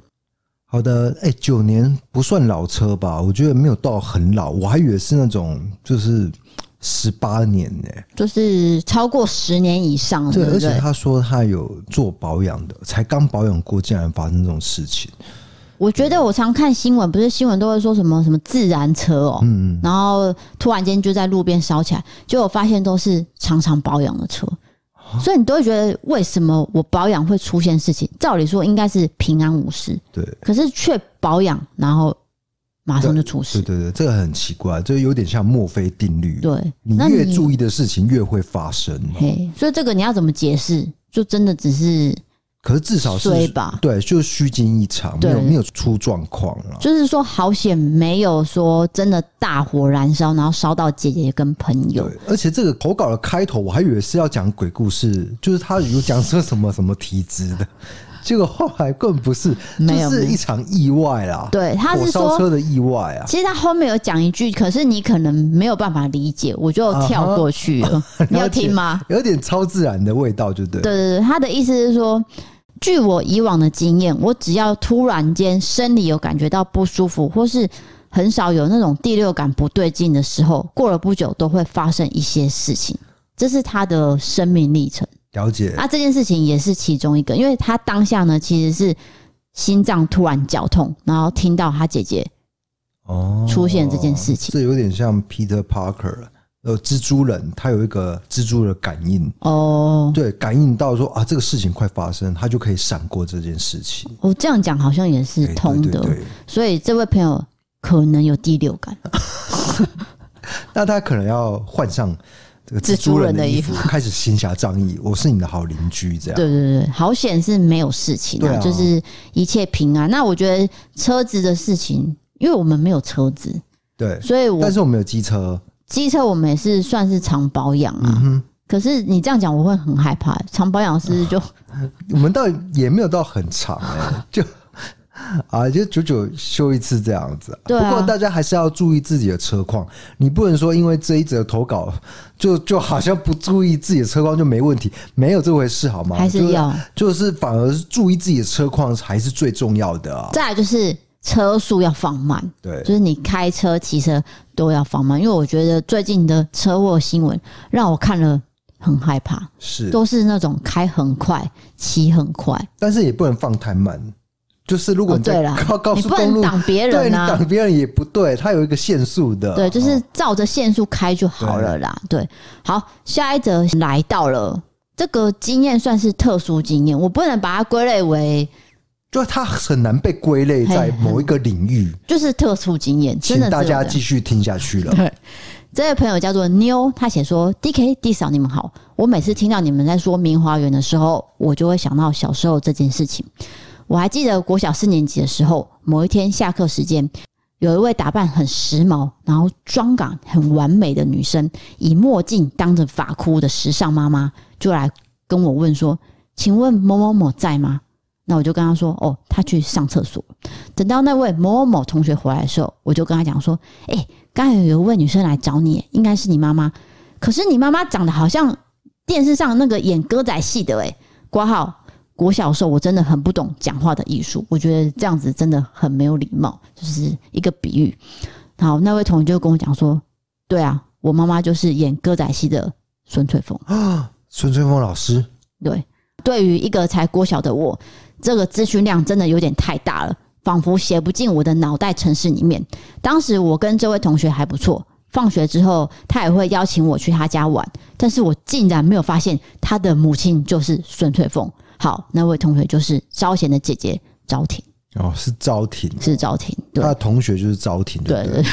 C: 好的，哎、九年不算老车吧？我觉得没有到很老，我还以为是那种就是十八年呢、
B: 就是超过十年以上了，
C: 哦对，
B: 对不
C: 而且
B: 对？
C: 他说他有做保养的，才刚保养过，竟然发生这种事情。
B: 我觉得我常看新闻，不是新闻都会说什么什么自燃车哦，
C: 嗯，
B: 然后突然间就在路边烧起来，结果发现都是常常保养的车，所以你都会觉得为什么我保养会出现事情？照理说应该是平安无事，
C: 对，
B: 可是却保养，然后马上就出
C: 对
B: 事。
C: 对对，这个很奇怪，这有点像墨菲定律。
B: 对，
C: 你
B: 那
C: 越
B: 你
C: 注意的事情越会发生哦、
B: 嘿，所以这个你要怎么解释？就真的只是，
C: 可是至少是
B: 衰吧
C: 对，就是虚惊一场，没
B: 对
C: 有没有出状况了。
B: 就是说好险没有说真的大火燃烧，然后烧到姐姐跟朋友
C: 对。，而且这个投稿的开头，我还以为是要讲鬼故事，就是他有讲说什么什么体质 的，结果后来更不是，
B: 没有
C: 就
B: 没
C: 是
B: 有
C: 一场意外啦。，
B: 对，他
C: 火
B: 是说
C: 烧车的意外啊，
B: 其实他后面有讲一句，可是你可能没有办法理解，我就
C: 啊
B: 跳过去 了。你要听吗？
C: 有点超自然的味道，就对。
B: 对对对，他的意思是说，据我以往的经验，我只要突然间生理有感觉到不舒服，或是很少有那种第六感不对劲的时候，过了不久都会发生一些事情。这是他的生命历程
C: 了解。
B: 啊，这件事情也是其中一个，因为他当下呢其实是心脏突然绞痛，然后听到他姐姐
C: 哦，
B: 出现这件事情
C: 这有点像 Peter Parker，呃，蜘蛛人，他有一个蜘蛛的感应，
B: 哦，
C: 对，感应到说啊，这个事情快发生，他就可以闪过这件事情，
B: 我哦这样讲好像也是
C: 哎
B: 通的，
C: 对对对
B: 所以这位朋友可能有第六感，
C: 那他可能要换上这个
B: 蜘蛛人的
C: 的
B: 衣
C: 服，开始行侠仗义，我是你的好邻居这样。
B: 对对对，好险是没有事情啊，
C: 对啊
B: 就是一切平安。那我觉得车子的事情，因为我们没有车子，
C: 对，
B: 所以我
C: 但是我们有机车，
B: 机车我们也是算是常保养啊。
C: 嗯哼，
B: 可是你这样讲，我会很害怕。长保养师 就
C: 我们倒也没有到很 长哎、就啊，就久久修一次这样子、
B: 对啊
C: 不过大家还是要注意自己的车况，你不能说因为这一则投稿就就好像不注意自己的车况就没问题，没有这回事好吗？
B: 还是要。
C: 就是，就是反而是注意自己的车况还是最重要的啊。
B: 再来就是车速要放慢，
C: 对
B: 就是你开车、骑车都要放慢，因为我觉得最近的车祸新闻让我看了很害怕，
C: 是，
B: 都是那种开很快、骑很快。
C: 但是也不能放太慢。就是如果
B: 哦，
C: 你在
B: 对啦
C: 高高，
B: 你
C: 速
B: 不
C: 公
B: 能
C: 路，
B: 挡别
C: 对
B: 人
C: 你
B: 啊，
C: 挡别人也不对，它有一个限速的。
B: 对，就
C: 哦
B: 是照着限速开就好了啦。对，好，下一则来到了。这个经验算是特殊经验，我不能把它归类为
C: 就是它很难被归类在某一个领域。
B: 就是特殊经验，真
C: 请
B: 的只
C: 大
B: 有
C: 家
B: 这样
C: 继续听下去了。
B: 对，这位朋友叫做妞，他写说：“D K D 嫂，你们好。我每次听到你们在说明华园的时候，我就会想到小时候这件事情。我还记得国小四年级的时候，某一天下课时间，有一位打扮很时髦，然后妆感很完美的女生，以墨镜当着发箍的时尚妈妈，就来跟我问说：‘请问某某某在吗？’那我就跟她说：‘哦，她去上厕所。’等到那位某某某同学回来的时候，我就跟他讲说：‘哎、刚才有一位女生来找你，应该是你妈妈，可是你妈妈长得好像电视上那个演歌仔戏的诶、欸挂号。国小的时候，我真的很不懂讲话的艺术，我觉得这样子真的很没有礼貌，就是一个比喻。好，那位同学就跟我讲说：“对啊，我妈妈就是演歌仔戏的孙翠凤。”
C: 啊孙春峰老师，
B: 对，对于一个才国小的我，这个资讯量真的有点太大了，仿佛写不进我的脑袋城市里面。当时我跟这位同学还不错，放学之后他也会邀请我去他家玩，但是我竟然没有发现他的母亲就是孙翠凤。好，那位同学就是招贤的姐姐招婷，
C: 哦，是招婷，
B: 是招婷，对
C: 他的同学就是招婷，对
B: 对
C: 不
B: 对
C: 对？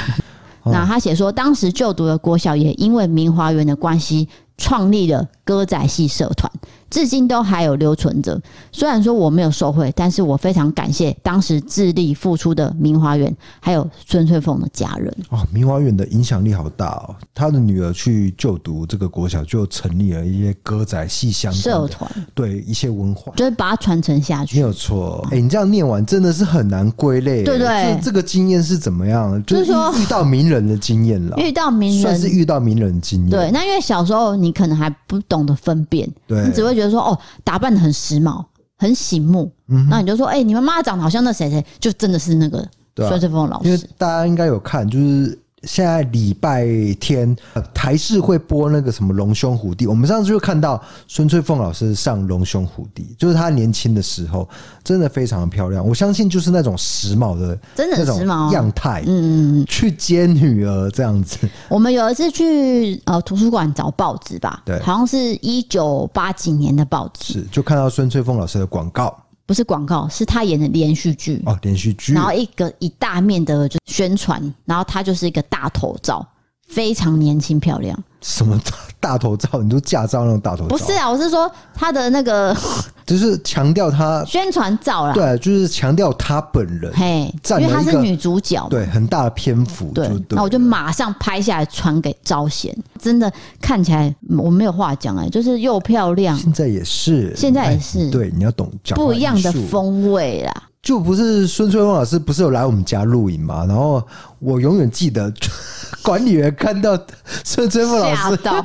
C: 哦
B: 那他写说，当时就读的国小也因为明华园的关系，创立了歌仔戏社团，至今都还有留存着。虽然说我没有受惠，但是我非常感谢当时致力付出的明华园，还有孙翠凤的家人。
C: 哦，明华园的影响力好大哦。他的女儿去就读这个国小，就成立了一些歌仔戏相关
B: 社
C: 的，
B: 团
C: 对一些文化。
B: 就是把它传承下
C: 没
B: 去，
C: 有错，哎、你这样念完真的是很难归类，
B: 对对
C: 这这个经验是怎么样？
B: 就是
C: 是
B: 说
C: 遇到名人的经验 了，
B: 遇到名
C: 算是
B: 人。
C: 遇到名人经验，
B: 对，那因为小时候你可能还不懂得分辨，
C: 对，
B: 你只会觉得说哦，打扮的很时髦，很醒目，
C: 嗯
B: 那你就说，哎、你妈妈长得好像那谁谁，就真的是那个
C: 对啊
B: 孙翠凤老
C: 因为
B: 师。
C: 大家应该有看，就是现在礼拜天、呃台视会播那个什么《龙兄虎弟》，我们上次就看到孙翠凤老师上《龙兄虎弟》，就是她年轻的时候真的非常漂亮，我相信就是那种时髦的
B: 真的
C: 那
B: 很时髦
C: 种
B: 啊
C: 样态，
B: 嗯，
C: 去接女儿这样子，
B: 我们有一次去呃图书馆找报纸吧，
C: 对
B: 好像是一九八几年的报纸，
C: 是就看到孙翠凤老师的广告
B: 不是广告，是他演的连续剧，
C: 哦，连续剧
B: 然后一个一大面的就宣传，然后他就是一个大头照，非常年轻漂亮。
C: 什么大大头照，你都驾照那种大头照，
B: 不是啊，我是说他的那个
C: 就是强调她，
B: 宣传照啦，
C: 对，就是强调她本人，
B: 嘿，因
C: 占了
B: 为她
C: 一
B: 是
C: 个
B: 女主角嘛，
C: 对，很大的篇幅，
B: 对
C: 就，对
B: 那我就
C: 了
B: 马上拍下来传给招贤，真的看起来嗯我没有话讲哎、就是又漂亮，
C: 现在也是，
B: 现在也是
C: 哎对，你要懂讲话
B: 不一样的
C: 艺术，
B: 风味啦。
C: 就不是孙翠凤老师不是有来我们家录影嘛？然后我永远记得， 管理员看到孙翠凤老
B: 吓
C: 师
B: 到，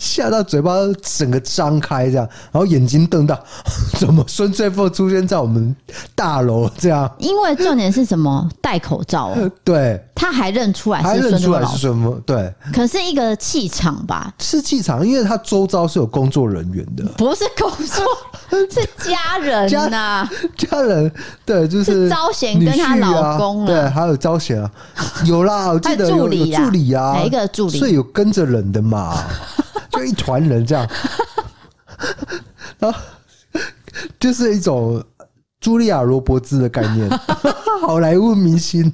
C: 吓到嘴巴整个张开这样，然后眼睛瞪大， 怎么孙翠凤出现在我们大楼这样？
B: 因为重点是什么？戴口罩、 哦，
C: 对，
B: 他还认出来
C: 还
B: 是
C: 认
B: 孙
C: 出
B: 中
C: 来
B: 老
C: 是
B: 师，
C: 孙翠凤，对，
B: 可是一个气场吧，
C: 是气场，因为他周遭是有工作人员的，
B: 不是工 作，是家人
C: 家
B: 呐、
C: 家人对，就是是
B: 招贤跟她
C: 女婿
B: 老公啊
C: 对，还有招贤啊，有啦，我记得
B: 还有助
C: 有
B: 理
C: 有
B: 啦
C: 助理啊，
B: 哪一个助理
C: 所以有跟着人的嘛， 就一团人这样，然后就是一种茱莉亚·罗伯兹的概 念，好莱坞明星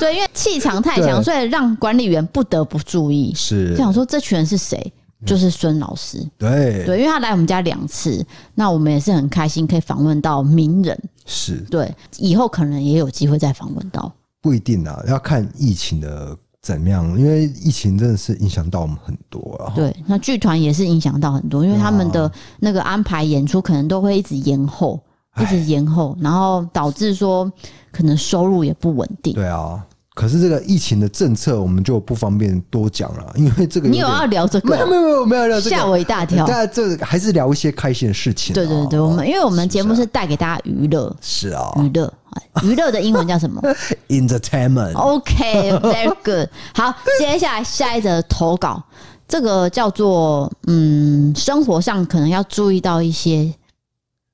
B: 对，因为气场太强，
C: 对
B: 所以让管理员不得不注意。
C: 是
B: 就想说这群人是谁？就是孙老师，
C: 对
B: 对，因为他来我们家两次，那我们也是很开心可以访问到名人，
C: 是哦
B: 对，以后可能也有机会再访问到。
C: 不一定啊，要看疫情的怎么样？因为疫情真的是影响到我们很多啊。
B: 对，那剧团也是影响到很多，因为他们的那个安排演出可能都会一直延后，一直延后，然后导致说可能收入也不稳定。
C: 对啊，可是这个疫情的政策我们就不方便多讲了， 因为这个
B: 你有
C: 点
B: 要聊这
C: 没有没
B: 个？
C: 有没有没有聊这个
B: 吓我一大跳！
C: 但这个还是聊一些开心的事情啊、
B: 对对对，我们因为我
C: 啊
B: 们节目是带给大家娱乐，
C: 是啊
B: 娱乐，哎娱乐的英文叫什么
C: ，entertainment，
B: 哦？OK，very、good。好，接下来下一则投稿，这个叫做嗯，生活上可能要注意到一些，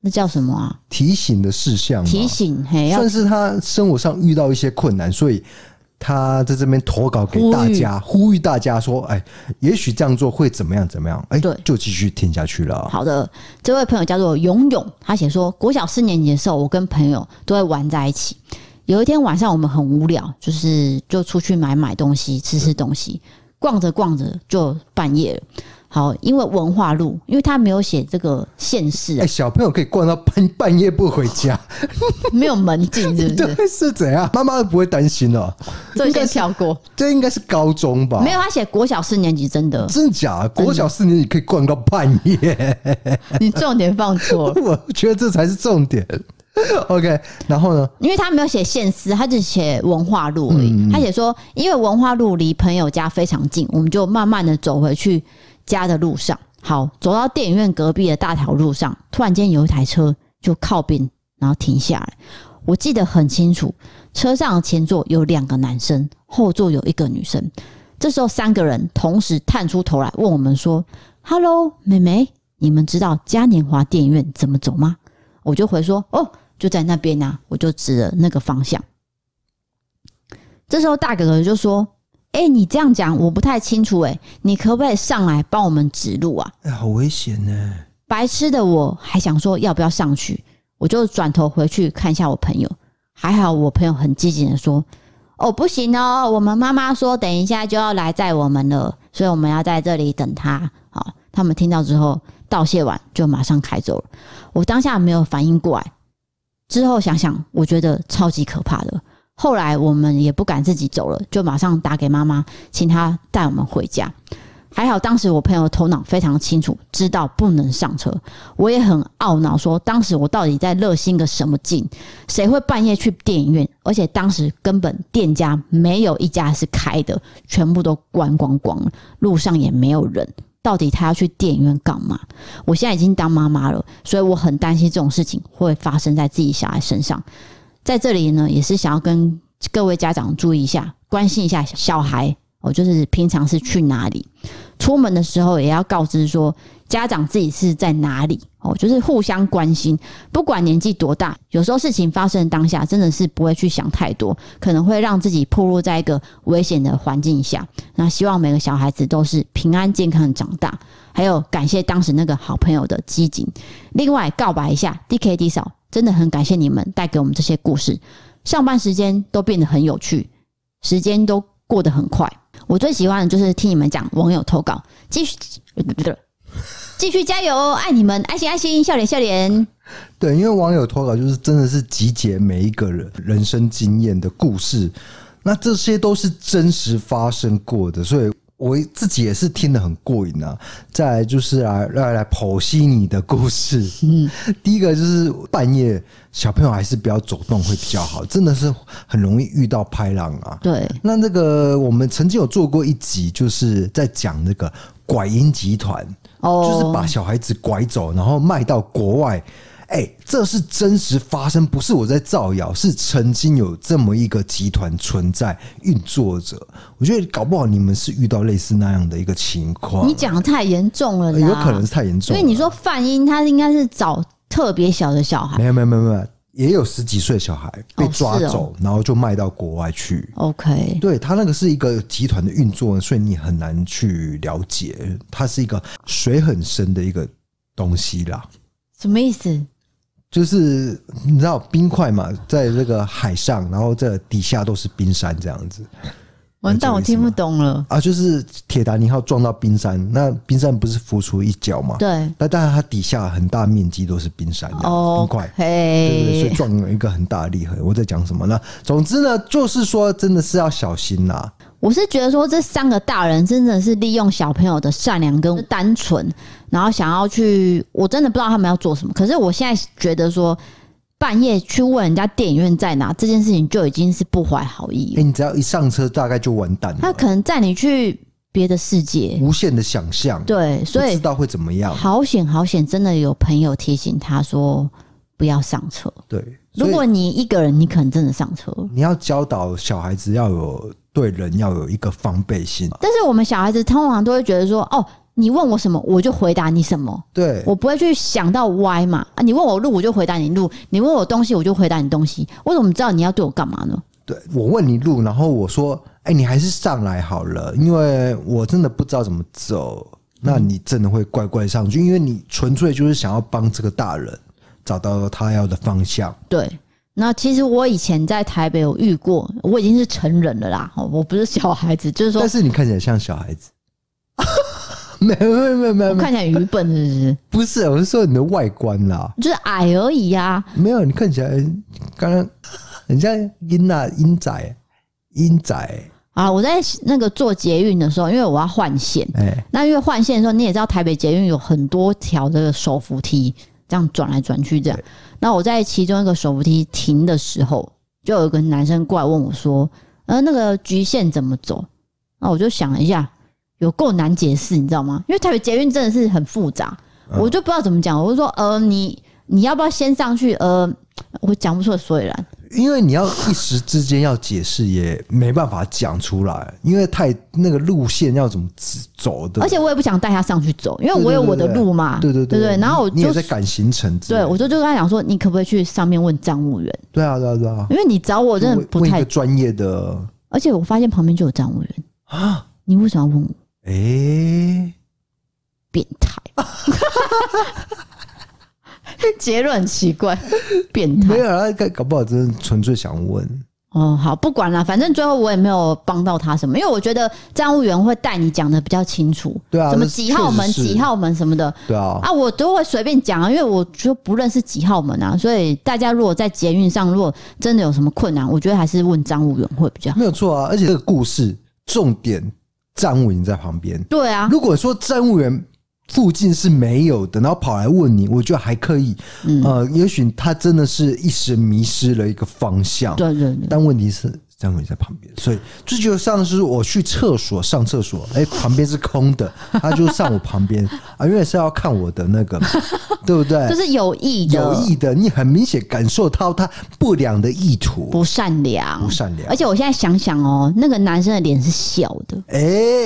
B: 那叫什么啊？
C: 提醒的事项嘛，
B: 提醒，嘿，要
C: 算是他生活上遇到一些困难，所以他在这边投稿给大家，呼吁大家说：“哎，也许这样做会怎么样怎么样？”哎，
B: 对
C: 就继续听下去了。
B: 好的，这位朋友叫做勇勇，他写说，国小四年级的时候，我跟朋友都会玩在一起。有一天晚上，我们很无聊，就是就出去买买东西、吃吃东西，逛着逛着就半夜了。好，因为文化路，因为他没有写这个县市
C: 哎，
B: 啊，
C: 小朋友可以逛到半半夜不回 家，
B: 没有门禁，是不是？
C: 这是怎样？妈妈都不会担心哦。
B: 这就先跳过。
C: 这应该是高中吧？
B: 没有，，他写国小四年级，真 的，
C: 真的假的？国小四年级可以逛到半 夜，
B: 你重点放错了。
C: 我觉得这才是重点。OK，然后呢？
B: 因为他没有写县市，他只写文化路而已。他写说，因为文化路离朋友家非常近，我们就慢慢的走回去家的路上。好，走到电影院隔壁的大条路上，突然间有一台车就靠边，然后停下来。我记得很清楚，车上的前座有两个男生，后座有一个女生。这时候三个人同时探出头来问我们说：“Hello，妹妹，你们知道嘉年华电影院怎么走吗？”我就回说：“哦，就在那边啊。”我就指了那个方向。这时候大哥哥就说：“哎、你这样讲我不太清楚、诶，你可不可以上来帮我们指路啊
C: 哎，好危险呢！？”
B: 白痴的我还想说要不要上去，我就转头回去看一下我朋友。还好我朋友很积极的说：“哦，不行哦，我们妈妈说等一下就要来载我们了，所以我们要在这里等她。”好，他们听到之后道谢完就马上开走了。我当下没有反应过来，之后想想，我觉得超级可怕的。后来我们也不敢自己走了，就马上打给妈妈，请她带我们回家。还好当时我朋友头脑非常清楚，知道不能上车。我也很懊恼说当时我到底在热心个什么劲？谁会半夜去电影院？而且当时根本店家没有一家是开的，全部都关光光了，路上也没有人。到底他要去电影院干嘛？我现在已经当妈妈了，所以我很担心这种事情会发生在自己小孩身上。在这里呢，也是想要跟各位家长注意一下，关心一下小孩哦，就是平常是去哪里，出门的时候也要告知说家长自己是在哪里哦，就是互相关心。不管年纪多大，有时候事情发生的当下，真的是不会去想太多，可能会让自己暴露在一个危险的环境下。那希望每个小孩子都是平安健康的长大，还有感谢当时那个好朋友的激情。另外告白一下，DKD 嫂，真的很感谢你们带给我们这些故事，上班时间都变得很有趣，时间都过得很快。我最喜欢的就是听你们讲网友投稿，继续，呃继续加油哦，爱你们，爱心爱心，笑脸笑脸。
C: 对，因为网友投稿就是真的是集结每一个人人生经验的故事，那这些都是真实发生过的，所以我自己也是听得很过瘾啊。再来就是来来来剖析你的 故事，嗯，第一个就是半夜小朋友还是不要走动会比较好，真的是很容易遇到拍浪啊。
B: 对，
C: 那那个我们曾经有做过一集，就是在讲那个拐婴集团。
B: 哦，
C: 就是把小孩子拐走，然后卖到国外。哎、这是真实发生，不是我在造谣，是曾经有这么一个集团存在运作着。我觉得搞不好你们是遇到类似那样的一个情况，
B: 你讲的太严重了
C: 呃
B: 啦，
C: 有可能是太严重
B: 所
C: 了。
B: 以你说范英他应该是找特别小的小孩
C: 没有没有没有没有，也有十几岁小孩被抓
B: 是哦
C: 走，然后就卖到国外去。
B: ，OK，
C: 对他那个是一个集团的运作，所以你很难去了解，它是一个水很深的一个东西啦。
B: 什么意思？
C: 就是你知道冰块嘛，在这个海上，然后这底下都是冰山这样子
B: 完蛋，
C: 有
B: 我
C: 意思吗
B: 听不懂了。
C: 啊，就是铁达尼号撞到冰山，那冰山不是浮出一角嘛？
B: 对
C: 那但是它底下很大面积都是冰山这样子冰块。对对，所以
B: ，OK，
C: 撞了一个很大的裂痕。我在讲什么呢？总之呢，就是说真的是要小心啦、
B: 我是觉得说，这三个大人真的是利用小朋友的善良跟单纯，然后想要去，我真的不知道他们要做什么。可是我现在觉得说，半夜去问人家电影院在哪这件事情，就已经是不怀好意
C: 哎、
B: 了。
C: 你只要一上车，大概就完蛋
B: 他
C: 了，
B: 可能带你去别的世界，
C: 无限的想象，，
B: 对，所
C: 不
B: 以
C: 知道会怎么样，
B: 好险好险，真的有朋友提醒他说不要上车。
C: 对。所
B: 如
C: 以
B: 果你一个人，你可能真的上车了。
C: 你要教导小孩子要有对人要有一个防备心，
B: 但是我们小孩子通常都会觉得说，哦，你问我什么，我就回答你什么，
C: 对，
B: 我不会去想到歪嘛。啊，你问我路，我就回答你路；你问我东西，我就回答你东西。我怎么知道你要对我干嘛呢？
C: 对我问你路，然后我说：“哎、你还是上来好了，因为我真的不知道怎么走。”
B: 嗯
C: 那你真的会乖乖上去，因为你纯粹就是想要帮这个大人找到他要的方向。
B: 对。那其实我以前在台北有遇过，我已经是成人了啦，哦我不是小孩子，就是说
C: 但是你看起来像小孩子， 没有没有没有没有
B: 我
C: 没有，
B: 看起来愚笨，是不是？
C: 不是，我是说你的外观啦，
B: 就是矮而已啊呀、
C: 没有，你看起来刚刚很像鹰啊，鹰仔，鹰仔，
B: 啊。啊，我在那个做捷运的时候，因为我要换线，
C: 哎、
B: 那因为换线的时候，你也知道台北捷运有很多条的手扶梯，这样转来转去这样。那我在其中一个手扶梯停的时候，就有一个男生过来问我说：“呃，那个局限怎么走？”那我就想了一下，有够难解释，你知道吗？因为台北捷运真的是很复杂，
C: 嗯
B: 我就不知道怎么讲。我就说：“呃，你你要不要先上去？”呃，我讲不出个所以然。
C: 因为你要一时之间要解释，也没办法讲出来，因为太那个路线要怎么指走的，
B: 而且我也不想带他上去走，因为
C: 对对
B: 我有
C: 对
B: 我的
C: 对
B: 路嘛，
C: 对对
B: 对
C: 对
B: 然后我
C: 你
B: 就
C: 也在赶行程之类
B: 对
C: 的，
B: 我就就跟他讲说，你可不可以去上面问站务员？
C: 对啊对啊对啊，
B: 因为你找我真的
C: 问
B: 不
C: 问一
B: 太
C: 个，专业的
B: 而且我发现旁边就有站务员，
C: 啊，
B: 你为什么要问我？
C: 哎、
B: 变态！ 结论很奇怪，变
C: 没
B: 态。
C: 有啊，搞搞不好真的纯粹想问，
B: 哦，好，不管了，反正最后我也没有帮到他什么，因为我觉得站务员会带你讲的比较清楚，
C: 对啊
B: 什么
C: 那
B: 几号门、
C: 确实是
B: 几号门什么的
C: 对啊，
B: 啊，我都会随便讲啊，因为我就不认识几号门啊，所以大家如果在捷运上如果真的有什么困难，我觉得还是问站务员会比较好。
C: 没有错啊，而且这个故事重点站务员在旁边，
B: 对啊，
C: 如果说站务员附近是没有的，然后跑来问你，我觉得还可以。
B: 嗯
C: 呃，也许他真的是一时迷失了一个方向，
B: 对对对。
C: 但问题是站务员在旁边，所以这就像是我去厕所上厕所，哎、旁边是空的，他就上我旁边 啊，因为是要看我的那个嘛， 对不对？
B: 就是有意的，
C: 有意的，你很明显感受到他不良的意图，
B: 不善良，
C: 不善良
B: 而且我现在想想哦，那个男生的脸是笑的，
C: 哎、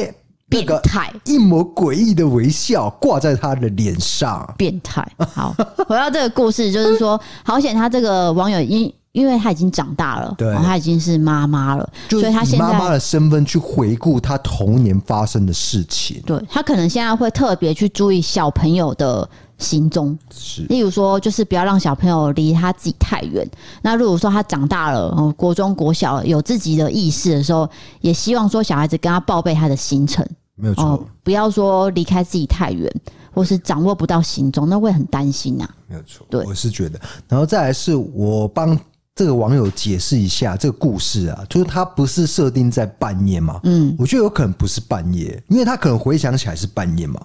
C: 那
B: 变
C: 个
B: 态，
C: 一抹诡异的微笑挂在他的脸上，
B: 变态。好， 回到这个故事，就是说，好险他这个网友因因为他已经长大了，
C: 对
B: 然后他已经是妈妈了，
C: 就
B: 所
C: 是
B: 以他
C: 以
B: 现
C: 妈妈
B: 在。
C: 的身份去回顾他童年发生的事情，
B: 对他可能现在会特别去注意小朋友的行踪，
C: 是
B: 例如说，就是不要让小朋友离他自己太远。那如果说他长大了，哦，国中、国小有自己的意识的时候，也希望说小孩子跟他报备他的行程，
C: 没有错，
B: 哦，不要说离开自己太远，或是掌握不到行踪，那会很担心啊呐、
C: 没有错，
B: 对
C: 我是觉得，然后再来是我帮这个网友解释一下这个故事啊，就是他不是设定在半夜嘛，
B: 嗯，
C: 我觉得有可能不是半夜，因为他可能回想起来是半夜嘛，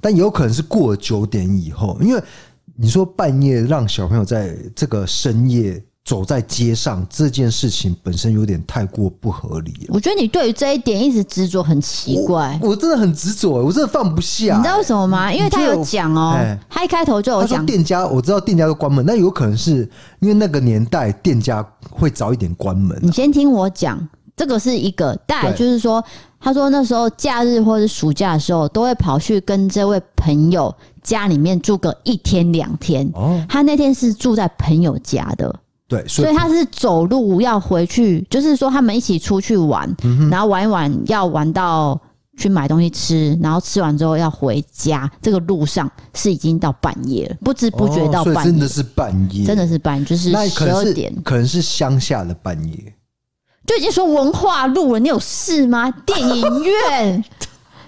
C: 但有可能是过了九点以后，因为你说半夜让小朋友在这个深夜走在街上这件事情本身有点太过不合理了。
B: 我觉得你对于这一点一直执着很奇怪。
C: 我真的很执着、我真嗯的放不下、
B: 哎你知道为什么吗？因为他有讲哦、
C: 哎
B: 他一开头就有
C: 他
B: 哦
C: 说
B: 讲，
C: 店家，我知道店家都关门，那有可能是因为那个年代店家会早一点关门
B: 你先听我讲，这个是一个。再来就是说，他说那时候假日或是暑假的时候，都会跑去跟这位朋友家里面住个一天两天。
C: 哦。
B: 他那天是住在朋友家的，
C: 对，
B: 嗯
C: 所
B: 所
C: 以
B: 以他是走路要回去，就是说他们一起出去玩，
C: 嗯
B: 然后玩一玩，要玩到去买东西吃，然后吃完之后要回家，这个路上是已经到半夜了，不知不觉到
C: 哦所以
B: 半
C: 真
B: 夜，
C: 的是半夜，
B: 真的是半夜，就是
C: 那
B: 十
C: 可能
B: 二
C: 是
B: 点，
C: 可能是乡下的半夜，
B: 就已经说文化路了，你有事吗？电影 院，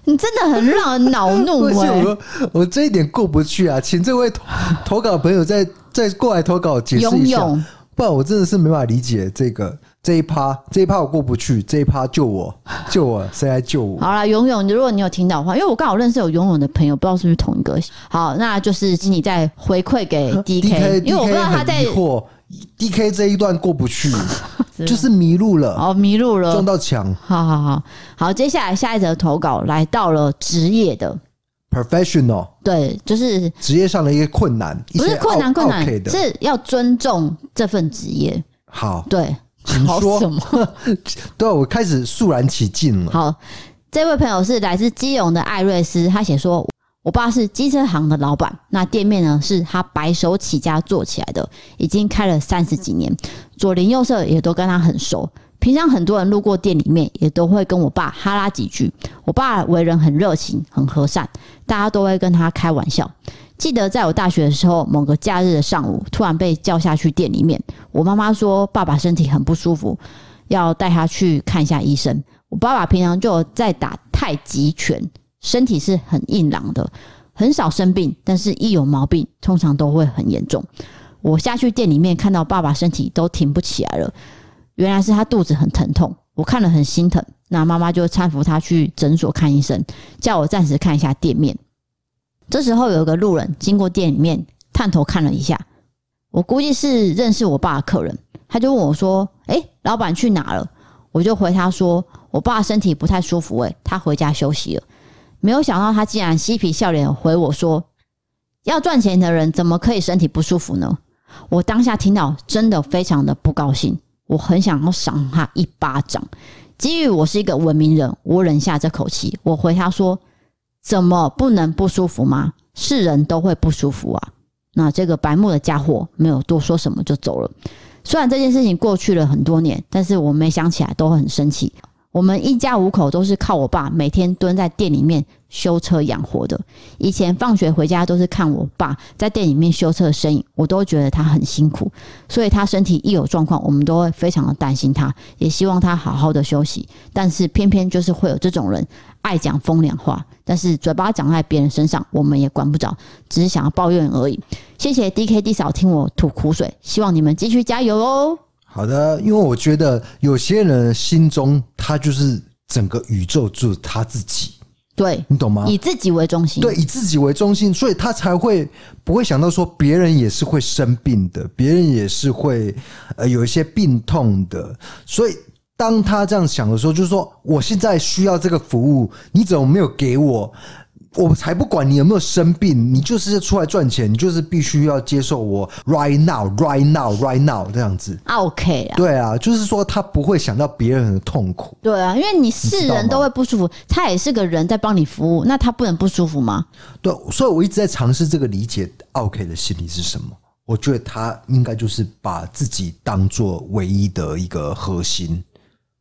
B: 你真的很让人恼怒
C: 而且
B: 哎、
C: 我说我这一点过不去啊，请这位投投稿朋友再再过来投稿解释
B: 游
C: 一下，
B: 泳
C: 不然我真的是没法理解这个这一趴，这一趴我过不去，这一趴救我，救我，谁来救我？
B: 好啦，游泳，如果你有听到的话，因为我刚好认识有游泳的朋友，不知道是不是同一个。好，那就是请你再回馈 给 DK，因为我不知道他在
C: D K 这一段过 不去，就是迷路了，
B: 哦迷路了
C: 撞。到墙。
B: 好好好好，接下来下一则投稿来到了职业的，
C: professional
B: 对，就是
C: 职业上的一些困难，
B: 不
C: 一
B: 是
C: 些
B: 困难
C: 奥
B: 困难
C: 奥 K 的。
B: 是要尊重这份职业，
C: 好，
B: 对。
C: 请
B: 好
C: 说
B: 什么？
C: 对啊我开始肃然起敬了。
B: 好，这位朋友是来自基隆的艾瑞斯，他写说。我爸是机车行的老板，那店面呢是他白手起家做起来的，已经开了三十几年，左邻右舍也都跟他很熟。平常很多人路过店里面，也都会跟我爸哈拉几句。我爸为人很热情，很和善，大家都会跟他开玩笑。记得在我大学的时候，某个假日的上午，突然被叫下去店里面，我妈妈说爸爸身体很不舒服，要带他去看一下医生。我爸爸平常就有在打太极拳，身体是很硬朗的，很少生病，但是一有毛病，通常都会很严重。我下去店里面看到爸爸身体都挺不起来了，原来是他肚子很疼痛，我看了很心疼。那妈妈就搀扶他去诊所看医生，叫我暂时看一下店面。这时候有个路人经过店里面，探头看了一下，我估计是认识我爸的客人，他就问我说：“哎、老板去哪了？”我就回他说：“我爸身体不太舒服、欸，他回家休息了。”没有想到他竟然嬉皮笑脸地回我说：“要赚钱的人怎么可以身体不舒服呢？”我当下听到真的非常的不高兴，我很想要赏他一巴掌。基于我是一个文明人，我忍下这口气，我回他说：“怎么不能不舒服吗？是人都会不舒服啊。”那这个白目的家伙没有多说什么就走了。虽然这件事情过去了很多年，但是我每想起来都会很生气。我们一家五口都是靠我爸每天蹲在店里面修车养活的。以前放学回家都是看我爸在店里面修车的身影，我都觉得他很辛苦，所以他身体一有状况，我们都会非常的担心他，也希望他好好的休息。但是偏偏就是会有这种人爱讲风凉话，但是嘴巴长在别人身上，我们也管不着，只是想要抱怨而已。谢谢 D K D 嫂听我吐苦水，希望你们继续加油哦。
C: 好的，因为我觉得有些人心中他就是整个宇宙就是他自己，
B: 对，
C: 你懂吗？
B: 以自己为中心。
C: 啊对，以自己为中心，所以他才会不会想到说别人也是会生病的，别人也是会呃有一些病痛的。所以当他这样想的时候，就是说我现在需要这个服务，你怎么没有给我？我才不管你有没有生病，你就是出来赚钱，你就是必须要接受我 right now, right now, right now 这样子。
B: ，OK 啊。
C: 对啊，就是说他不会想到别人的痛苦。
B: 对啊，因为你是
C: 你知道
B: 人
C: 吗
B: 都会不舒服，他也是个人在帮你服务，那他不能不舒服吗？
C: 对，所以我一直在尝试这个理解奥 K 的心理是什么。我觉得他应该就是把自己当做唯一的一个核心，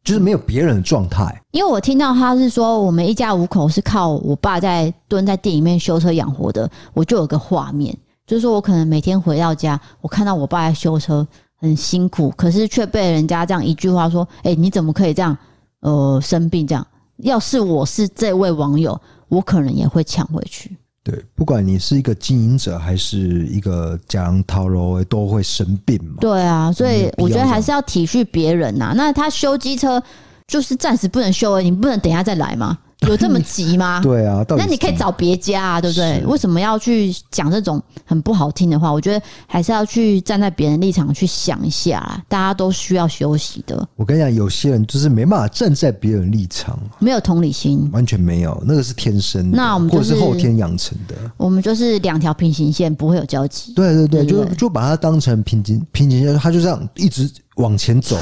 C: 就是没有别人的状态。
B: 因为我听到他是说，我们一家五口是靠我爸在蹲在店里面修车养活的，我就有个画面，就是说我可能每天回到家，我看到我爸在修车，很辛苦，可是却被人家这样一句话说：“哎、你怎么可以这样？呃，生病这样？要是我是这位网友，我可能也会抢回去。
C: 对，不管你是一个经营者还是一个讲套路，都会生病嘛。
B: 对啊，所
C: 没
B: 以
C: 有必
B: 我觉
C: 要
B: 得
C: 这
B: 还
C: 样
B: 是要体恤别人呐、那他修机车就是暂时不能修、欸，你不能等一下再来吗？有这么急吗？
C: 对啊，到底
B: 那你
C: 是
B: 可以
C: 怎
B: 找
C: 么
B: 别家啊，对不对
C: 是？
B: 为什么要去讲这种很不好听的话？我觉得还是要去站在别人立场去想一下啦，大家都需要休息的，
C: 我跟你讲，有些人就是没办法站在别人立场，
B: 没有同理心，
C: 完全没有，那个是天生的，
B: 那我们
C: 或
B: 就
C: 者
B: 是
C: 是后天养成的。
B: 我们就是两条平行线，不会有交集。
C: 对对
B: 对
C: 对，
B: 不
C: 就
B: 对
C: 就把它当成平行平行线，他就这样一直往 前走，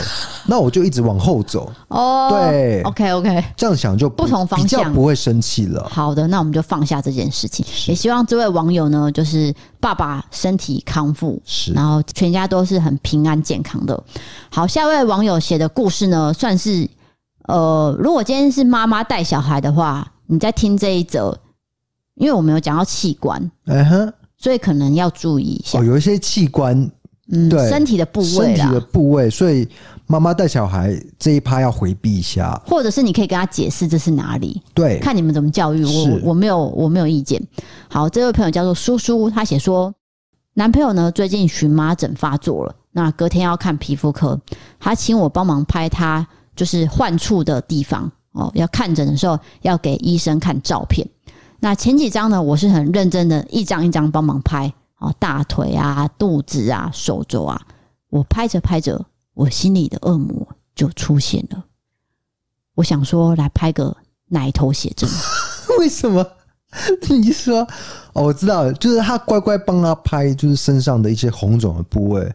C: 那我就一直往后走，
B: 哦，
C: 对
B: ，OK OK，
C: 这样想就不
B: 不同方向
C: 比较不会生气了。
B: 好的，那我们就放下这件事情，也希望这位网友呢，就是爸爸身体康复，
C: 是
B: 然后全家都是很平安健康的。好，下一位网友写的故事呢，算是呃，如果今天是妈妈带小孩的话，你在听这一则，因为我们有讲到器官，
C: 嗯哼，
B: 所以可能要注意一下，
C: 哦，有一些器官、
B: 嗯，
C: 对
B: 身体的部
C: 身
B: 位
C: 体
B: 啦
C: 的，部位，所以妈妈带小孩这一趴要回避一下。
B: 或者是你可以跟他解释这是哪里，
C: 对，
B: 看你们怎么教育我
C: 是
B: 我，我没有我没有意见。好，这位朋友叫做叔叔，他写说，男朋友呢最近荨麻疹发作了，那隔天要看皮肤科，他请我帮忙拍他就是患处的地方哦，要看诊的时候要给医生看照片。那前几张呢，我是很认真的一张一张帮忙拍哦，大腿啊、肚子啊、手肘啊。我拍着拍着，我心里的恶魔就出现了。我想说，来拍个奶头写真。
C: 为什么？你说哦，我知道了，就是他乖乖帮他拍，就是身上的一些红肿的部位。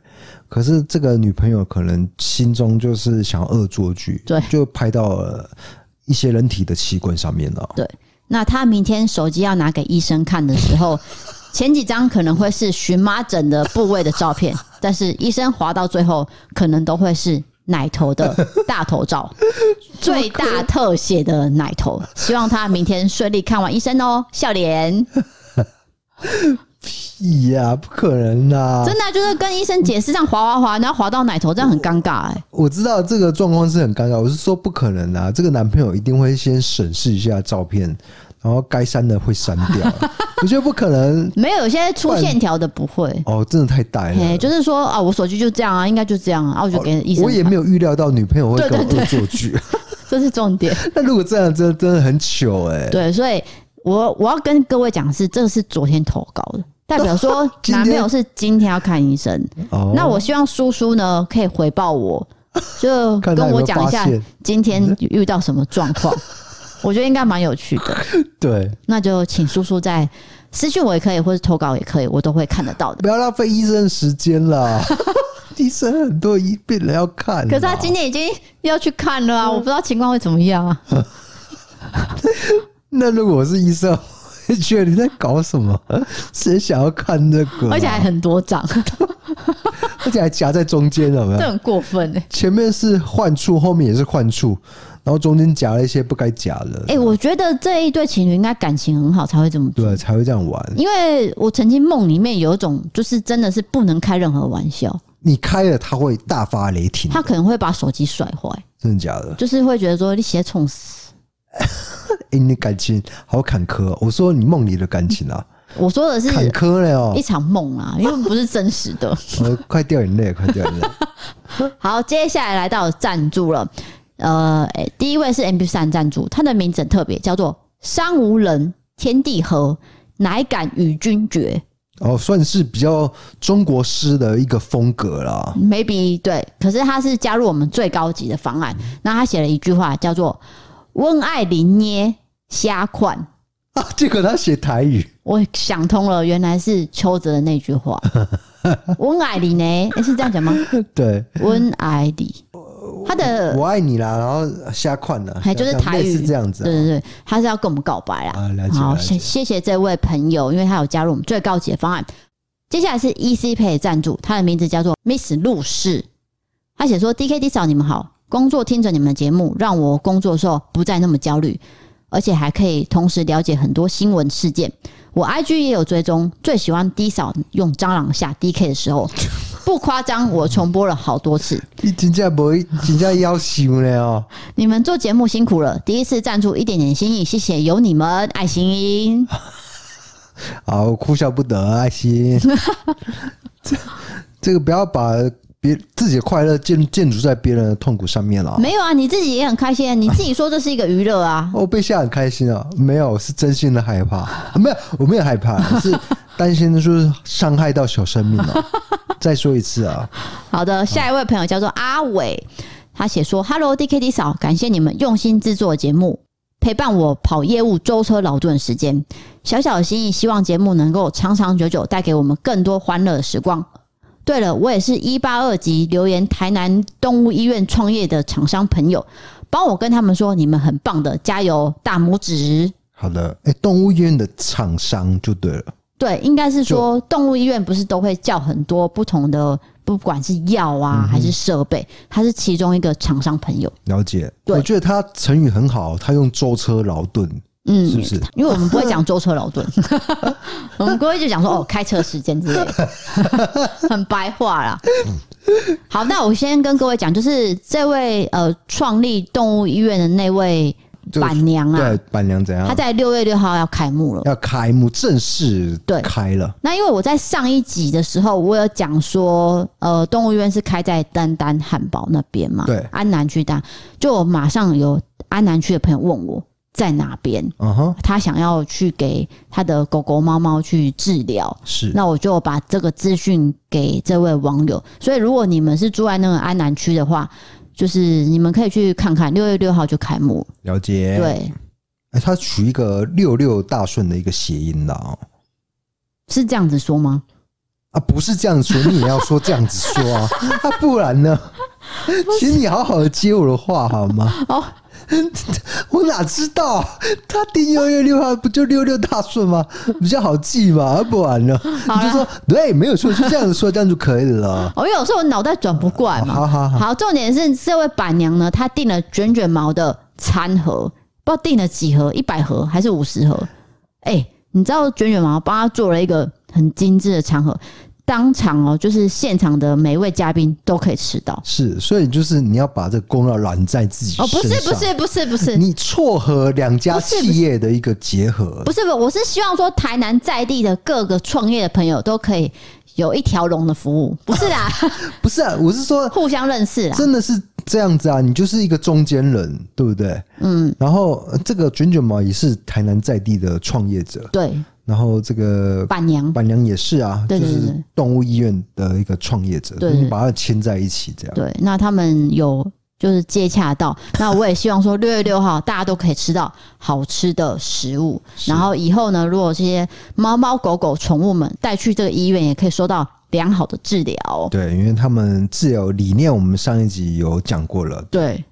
C: 可是这个女朋友可能心中就是想要恶作剧，
B: 对
C: 就拍到了一些人体的器官上面了。
B: 那他明天手机要拿给医生看的时 候，前几张可能会是荨麻疹的部位的照片， 但是医生滑到最后，可能都会是奶头的大头 照，最大特写的奶头。希望他明天顺利看完医生哦，笑脸。
C: 屁呀、不可能啦！
B: 真的啊、就是跟医生解释，这样滑滑滑，然后滑到奶头，这样很尴尬哎、
C: 我知道这个状况是很尴尬，我是说不可能啊啦。这个男朋友一定会先审视一下照片，然后该删的会删 掉。我觉得不可能
B: 没有，有些粗线条的不会。
C: 哦，真的太呆
B: 哎、
C: 了。
B: 就是说啊，我手机就这样啊，应该就这样啊，啊我就给医生看、
C: 哦我也没有预料到女朋友会跟我恶作剧。
B: 这是重点。
C: 那如果这样，真的真的很糗哎、
B: 对，所以我我要跟各位讲是，这是昨天投稿的，代表说
C: 今天
B: 男朋友是今天要看医生。
C: 哦，
B: 那我希望叔叔呢可以回报我，就
C: 看他
B: 跟
C: 有没
B: 我
C: 有
B: 讲一
C: 发
B: 下
C: 现
B: 今天遇到什么状 况，我觉得应该蛮有趣的。
C: 对，
B: 那就请叔叔在私讯我也可以，或是投稿也可以，我都会看得到的。
C: 不要浪费医生的时间啦。 医生很多医病人要看啦，
B: 可是他今天已经要去看了
C: 嗯
B: 啊，我不知道情况会怎么样啊。
C: 那如果我是医生，我会觉得你在搞什么？谁想要看这个啊？嗯
B: 而且还很多张，
C: 而且还夹在中间，有没
B: 这
C: 有？
B: 很过分哎、
C: 前面是患处，后面也是患处，然后中间夹了一些不该夹的，
B: 哎、我觉得这一对情侣应该感情很好才会这么做。
C: 对，才会这样玩。
B: 因为我曾经梦里面有一种，就是真的是不能开任何玩笑，
C: 你开了，他会大发雷霆，
B: 他可能会把手机甩坏，
C: 真的假的？
B: 就是会觉得说你写冲死。
C: 哎、你的感情好坎坷哦、我说你梦里的感情啊，
B: 我说的
C: 坎
B: 是
C: 坷了哦、
B: 一场梦啊，因为不是真实的。
C: 我呃快掉 眼泪，快掉眼泪。
B: 好，接下来来到赞助了，呃，诶第一位是 MP 三赞助，他的名字很特别，叫做“山无人，天地合，乃敢与君绝
C: 哦，算是比较中国诗的一个风格啦。
B: ”，maybe 对，可是他是加入我们最高级的方案。那他写了一句话叫做“温爱林捏虾款”。
C: 啊，结果他写 台语，
B: 我想通了，原来是邱泽的那句 话。温爱你呢、诶是这样讲吗？
C: 对，
B: 温爱你，他的
C: 我爱你啦，然后瞎看啦，
B: 还就是
C: 像
B: 台
C: 类
B: 语
C: 似这样子、
B: 对
C: 啊。
B: 对对，他是要跟我们告白啦。
C: 啊了解
B: 好，
C: 了解
B: 谢谢谢这位朋友，因为他有加入我们最高级的方案。接下来是 EC Pay 赞助，他的名字叫做 Miss 陆氏，他写说 DKD 嫂你们好，工作听着你们的节目，让我工作的时候不再那么焦虑，而且还可以同时了解很多新闻事件。我 IG 也有追踪，最喜欢 D 嫂用蟑螂下 DK 的时候， 不夸张，我重播了好多次。
C: 你真正不会，真正要求呢哦。
B: 你们做节目辛苦了，第一次赞助一点点心意，谢谢有你们，爱心。
C: 啊，我哭笑不得，爱心。这这个不要把别自己的快乐建建筑在别人的痛苦上面了。。
B: 没有啊，你自己也很开心啊，你自己说这是一个娱乐啊
C: 我哦被吓得很开心啊！没有，我是真心的害怕， 啊没有，我没有害怕， 我是担心就是伤害到小生命了。 再说一次啊，
B: 好的，下一位朋友叫做阿伟，他写说：“Hello DKD 嫂，感谢你们用心制作的节目，陪伴我跑业务、舟车劳顿的时间，小小的心意，希望节目能够长长久久，带给我们更多欢乐的时光。”对了，我也是一八二级留言台南动物医院创业的厂商朋友，帮我跟他们说，你们很棒的，加油，大拇指。
C: 好的，哎、动物医院的厂商就对了，
B: 对，应该是说动物医院不是都会叫很多不同的，不管是药啊还是设备，它是其中一个厂商朋友。
C: 了解。
B: 对
C: 我觉得他成语很好，他用舟车劳顿，
B: 嗯，
C: 是不是？
B: 因为我们不会讲舟车劳顿，我们不会就讲说哦开车时间之类的，很白话啦。好，那我先跟各位讲，就是这位呃创立动物医院的那位
C: 就
B: 板娘啊
C: 对，板娘怎样
B: 它？在六月六号要开幕了。
C: 要开幕，正式
B: 对
C: 开了。
B: 那因为我在上一集的时候，我有讲说，呃，动物医院是开在丹丹汉堡那边嘛，
C: 对
B: 安南区丹，就我马上有安南区的朋友问我在哪边，
C: 嗯哼，
B: 他想要去给他的狗狗、猫猫去治疗，
C: 是
B: 那我就把这个资讯给这位网友。所以，如果你们是住在那个安南区的话，就是你们可以去看看，六月六号就开幕。
C: 了解。，
B: 对，
C: 哎，它取一个六六大顺的一个谐音啦哦。
B: 是这样子说吗？
C: 啊，不是这样说，你也要说这样子 说啊，啊，不然呢？请你好好的接我的话好吗？
B: 哦，
C: 我哪知道？他定六月六号不就六六大顺吗？比较好记嘛，啊不然呢？
B: 好啦
C: 你就说对，没有错，就这样子说，这样就可以了。
B: 哦，因为有时候我脑袋转不过来嘛。
C: 好好好，
B: 好，重点是这位板娘呢，她订了卷卷毛的餐盒，不知道订了几盒，一百盒还是五十盒？哎、你知道卷卷毛帮她做了一个很精致的餐盒，当场哦，就是现场的每位嘉宾都可以吃到。
C: 是，所以就是你要把这个功劳揽在自己
B: 哦，不
C: 身
B: 是，
C: 上
B: 不是，不是，不是。
C: 你撮合两家
B: 不是不
C: 企业的一个结合
B: 不，是不是，我是希望说台南在地的各个创业的朋友都可以有一条龙的服务，不是 啦，
C: 不是啊，我是说
B: 互相认识啦。
C: 真的是这样子啊，你就是一个中间人，对不对？
B: 嗯，
C: 然后呃这个卷卷毛也是台南在地的创业者，
B: 对，
C: 然后这个
B: 板娘，
C: 板娘也是啊，
B: 对对对
C: 就是动物医院的一个创业者，
B: 对
C: 你把它牵在一起这样。
B: 对，那他们有就是接洽 到，那我也希望说六月六号大家都可以吃到好吃的食物，然后以后呢，如果这些猫猫狗狗宠物们带去这个医院，也可以收到良好的治疗。
C: 对，因为他们治疗理念，我们上一集有讲过了。
B: 对。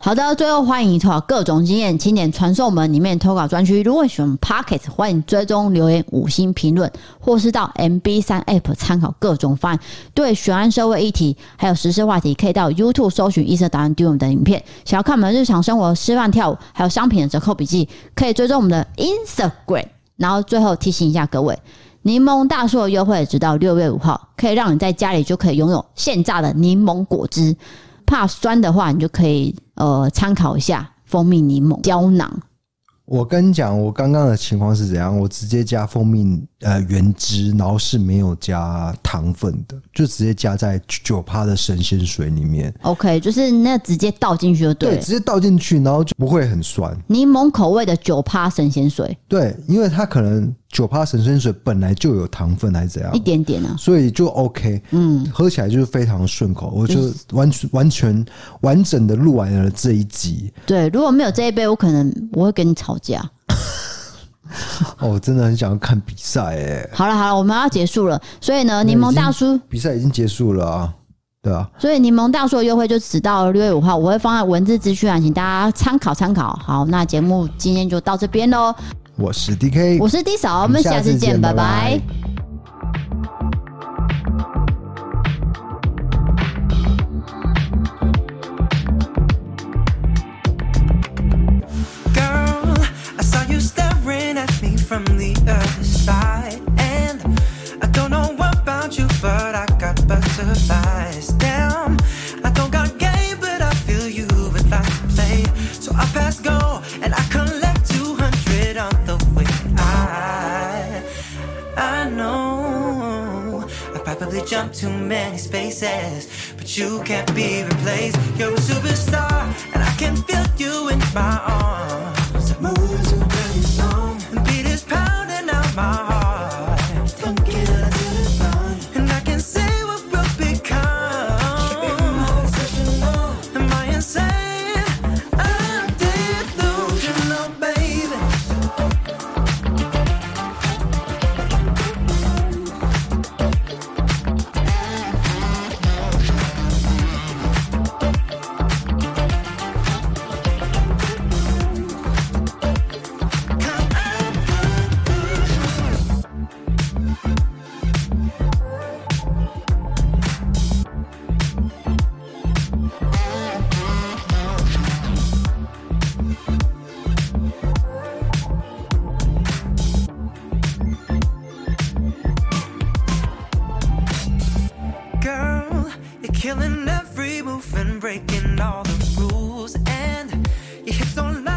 B: 好的，最后欢迎投稿各种经验经典传送门里面投稿专区。如果你喜欢 Pocket，欢迎追踪留言、五星评论，或是到 MB 三 App 参考各种方案。对悬案社会议题还有时事话题，可以到 YouTube 搜寻“异色达人 d u m 的影片。想要看我们日常生活、吃饭、跳舞，还有商品的折扣笔记，可以追踪我们的 Instagram。然后最后提醒一下各位，柠檬大叔的优惠直到六月五号，可以让你在家里就可以拥有现榨的柠檬果汁。怕酸的话，你就可以呃参考一下蜂蜜柠檬胶囊。
C: 我跟你讲，我刚刚的情况是怎样？我直接加蜂蜜呃原汁，然后是没有加糖分的，就直接加在九趴的神仙水里面。
B: OK，就是那直接倒进去就对
C: 对，
B: 了
C: 直。接倒进去，然后就不会很酸。
B: 柠檬口味的九趴神仙水，
C: 对，因为它可能九趴神仙水本来就有糖分，还是怎样
B: 一，点点啊，
C: 所以就 OK。
B: 嗯，
C: 喝起来就是非常顺口，我就完全完全完整的录完了这一集。
B: 对。如果没有这一杯，我可能我会跟你吵架。
C: 哦，我真的很想要看比赛哎，
B: 好了好了，我们要结束了，所以呢，
C: 那已
B: 柠
C: 经
B: 檬大叔，
C: 比赛已经结束了啊，对啊，
B: 所以柠檬大叔的优惠就只到六月五号，我会放在文字资讯栏，请大家参考参考。好，那节目今天就到这边喽，
C: 我是 DK，
B: 我是 D 嫂，我们下次见，拜拜
D: Girl, I saw you staring at me from the other side. And I don't know about you, but I got butterflies. Damn, I don't got game, but I feel you would like to play. So I pass go and I collect 200 on the way. I, I know I probably jumped too many spaces, but you can't be replaced. You're a superstar, and I can feel you in my arms. Moves are really strong. The beat is pounding out my heart. Funky to the bone. And I can see what we'll become. Am I insane? I'm delusional, baby. Girl, you're killing every move and breaking all the rules. And your hips don't lie,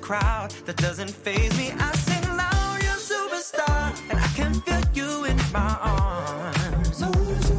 D: crowd that doesn't phase me. I sing loud, you're a superstar, and I can feel you in my arms.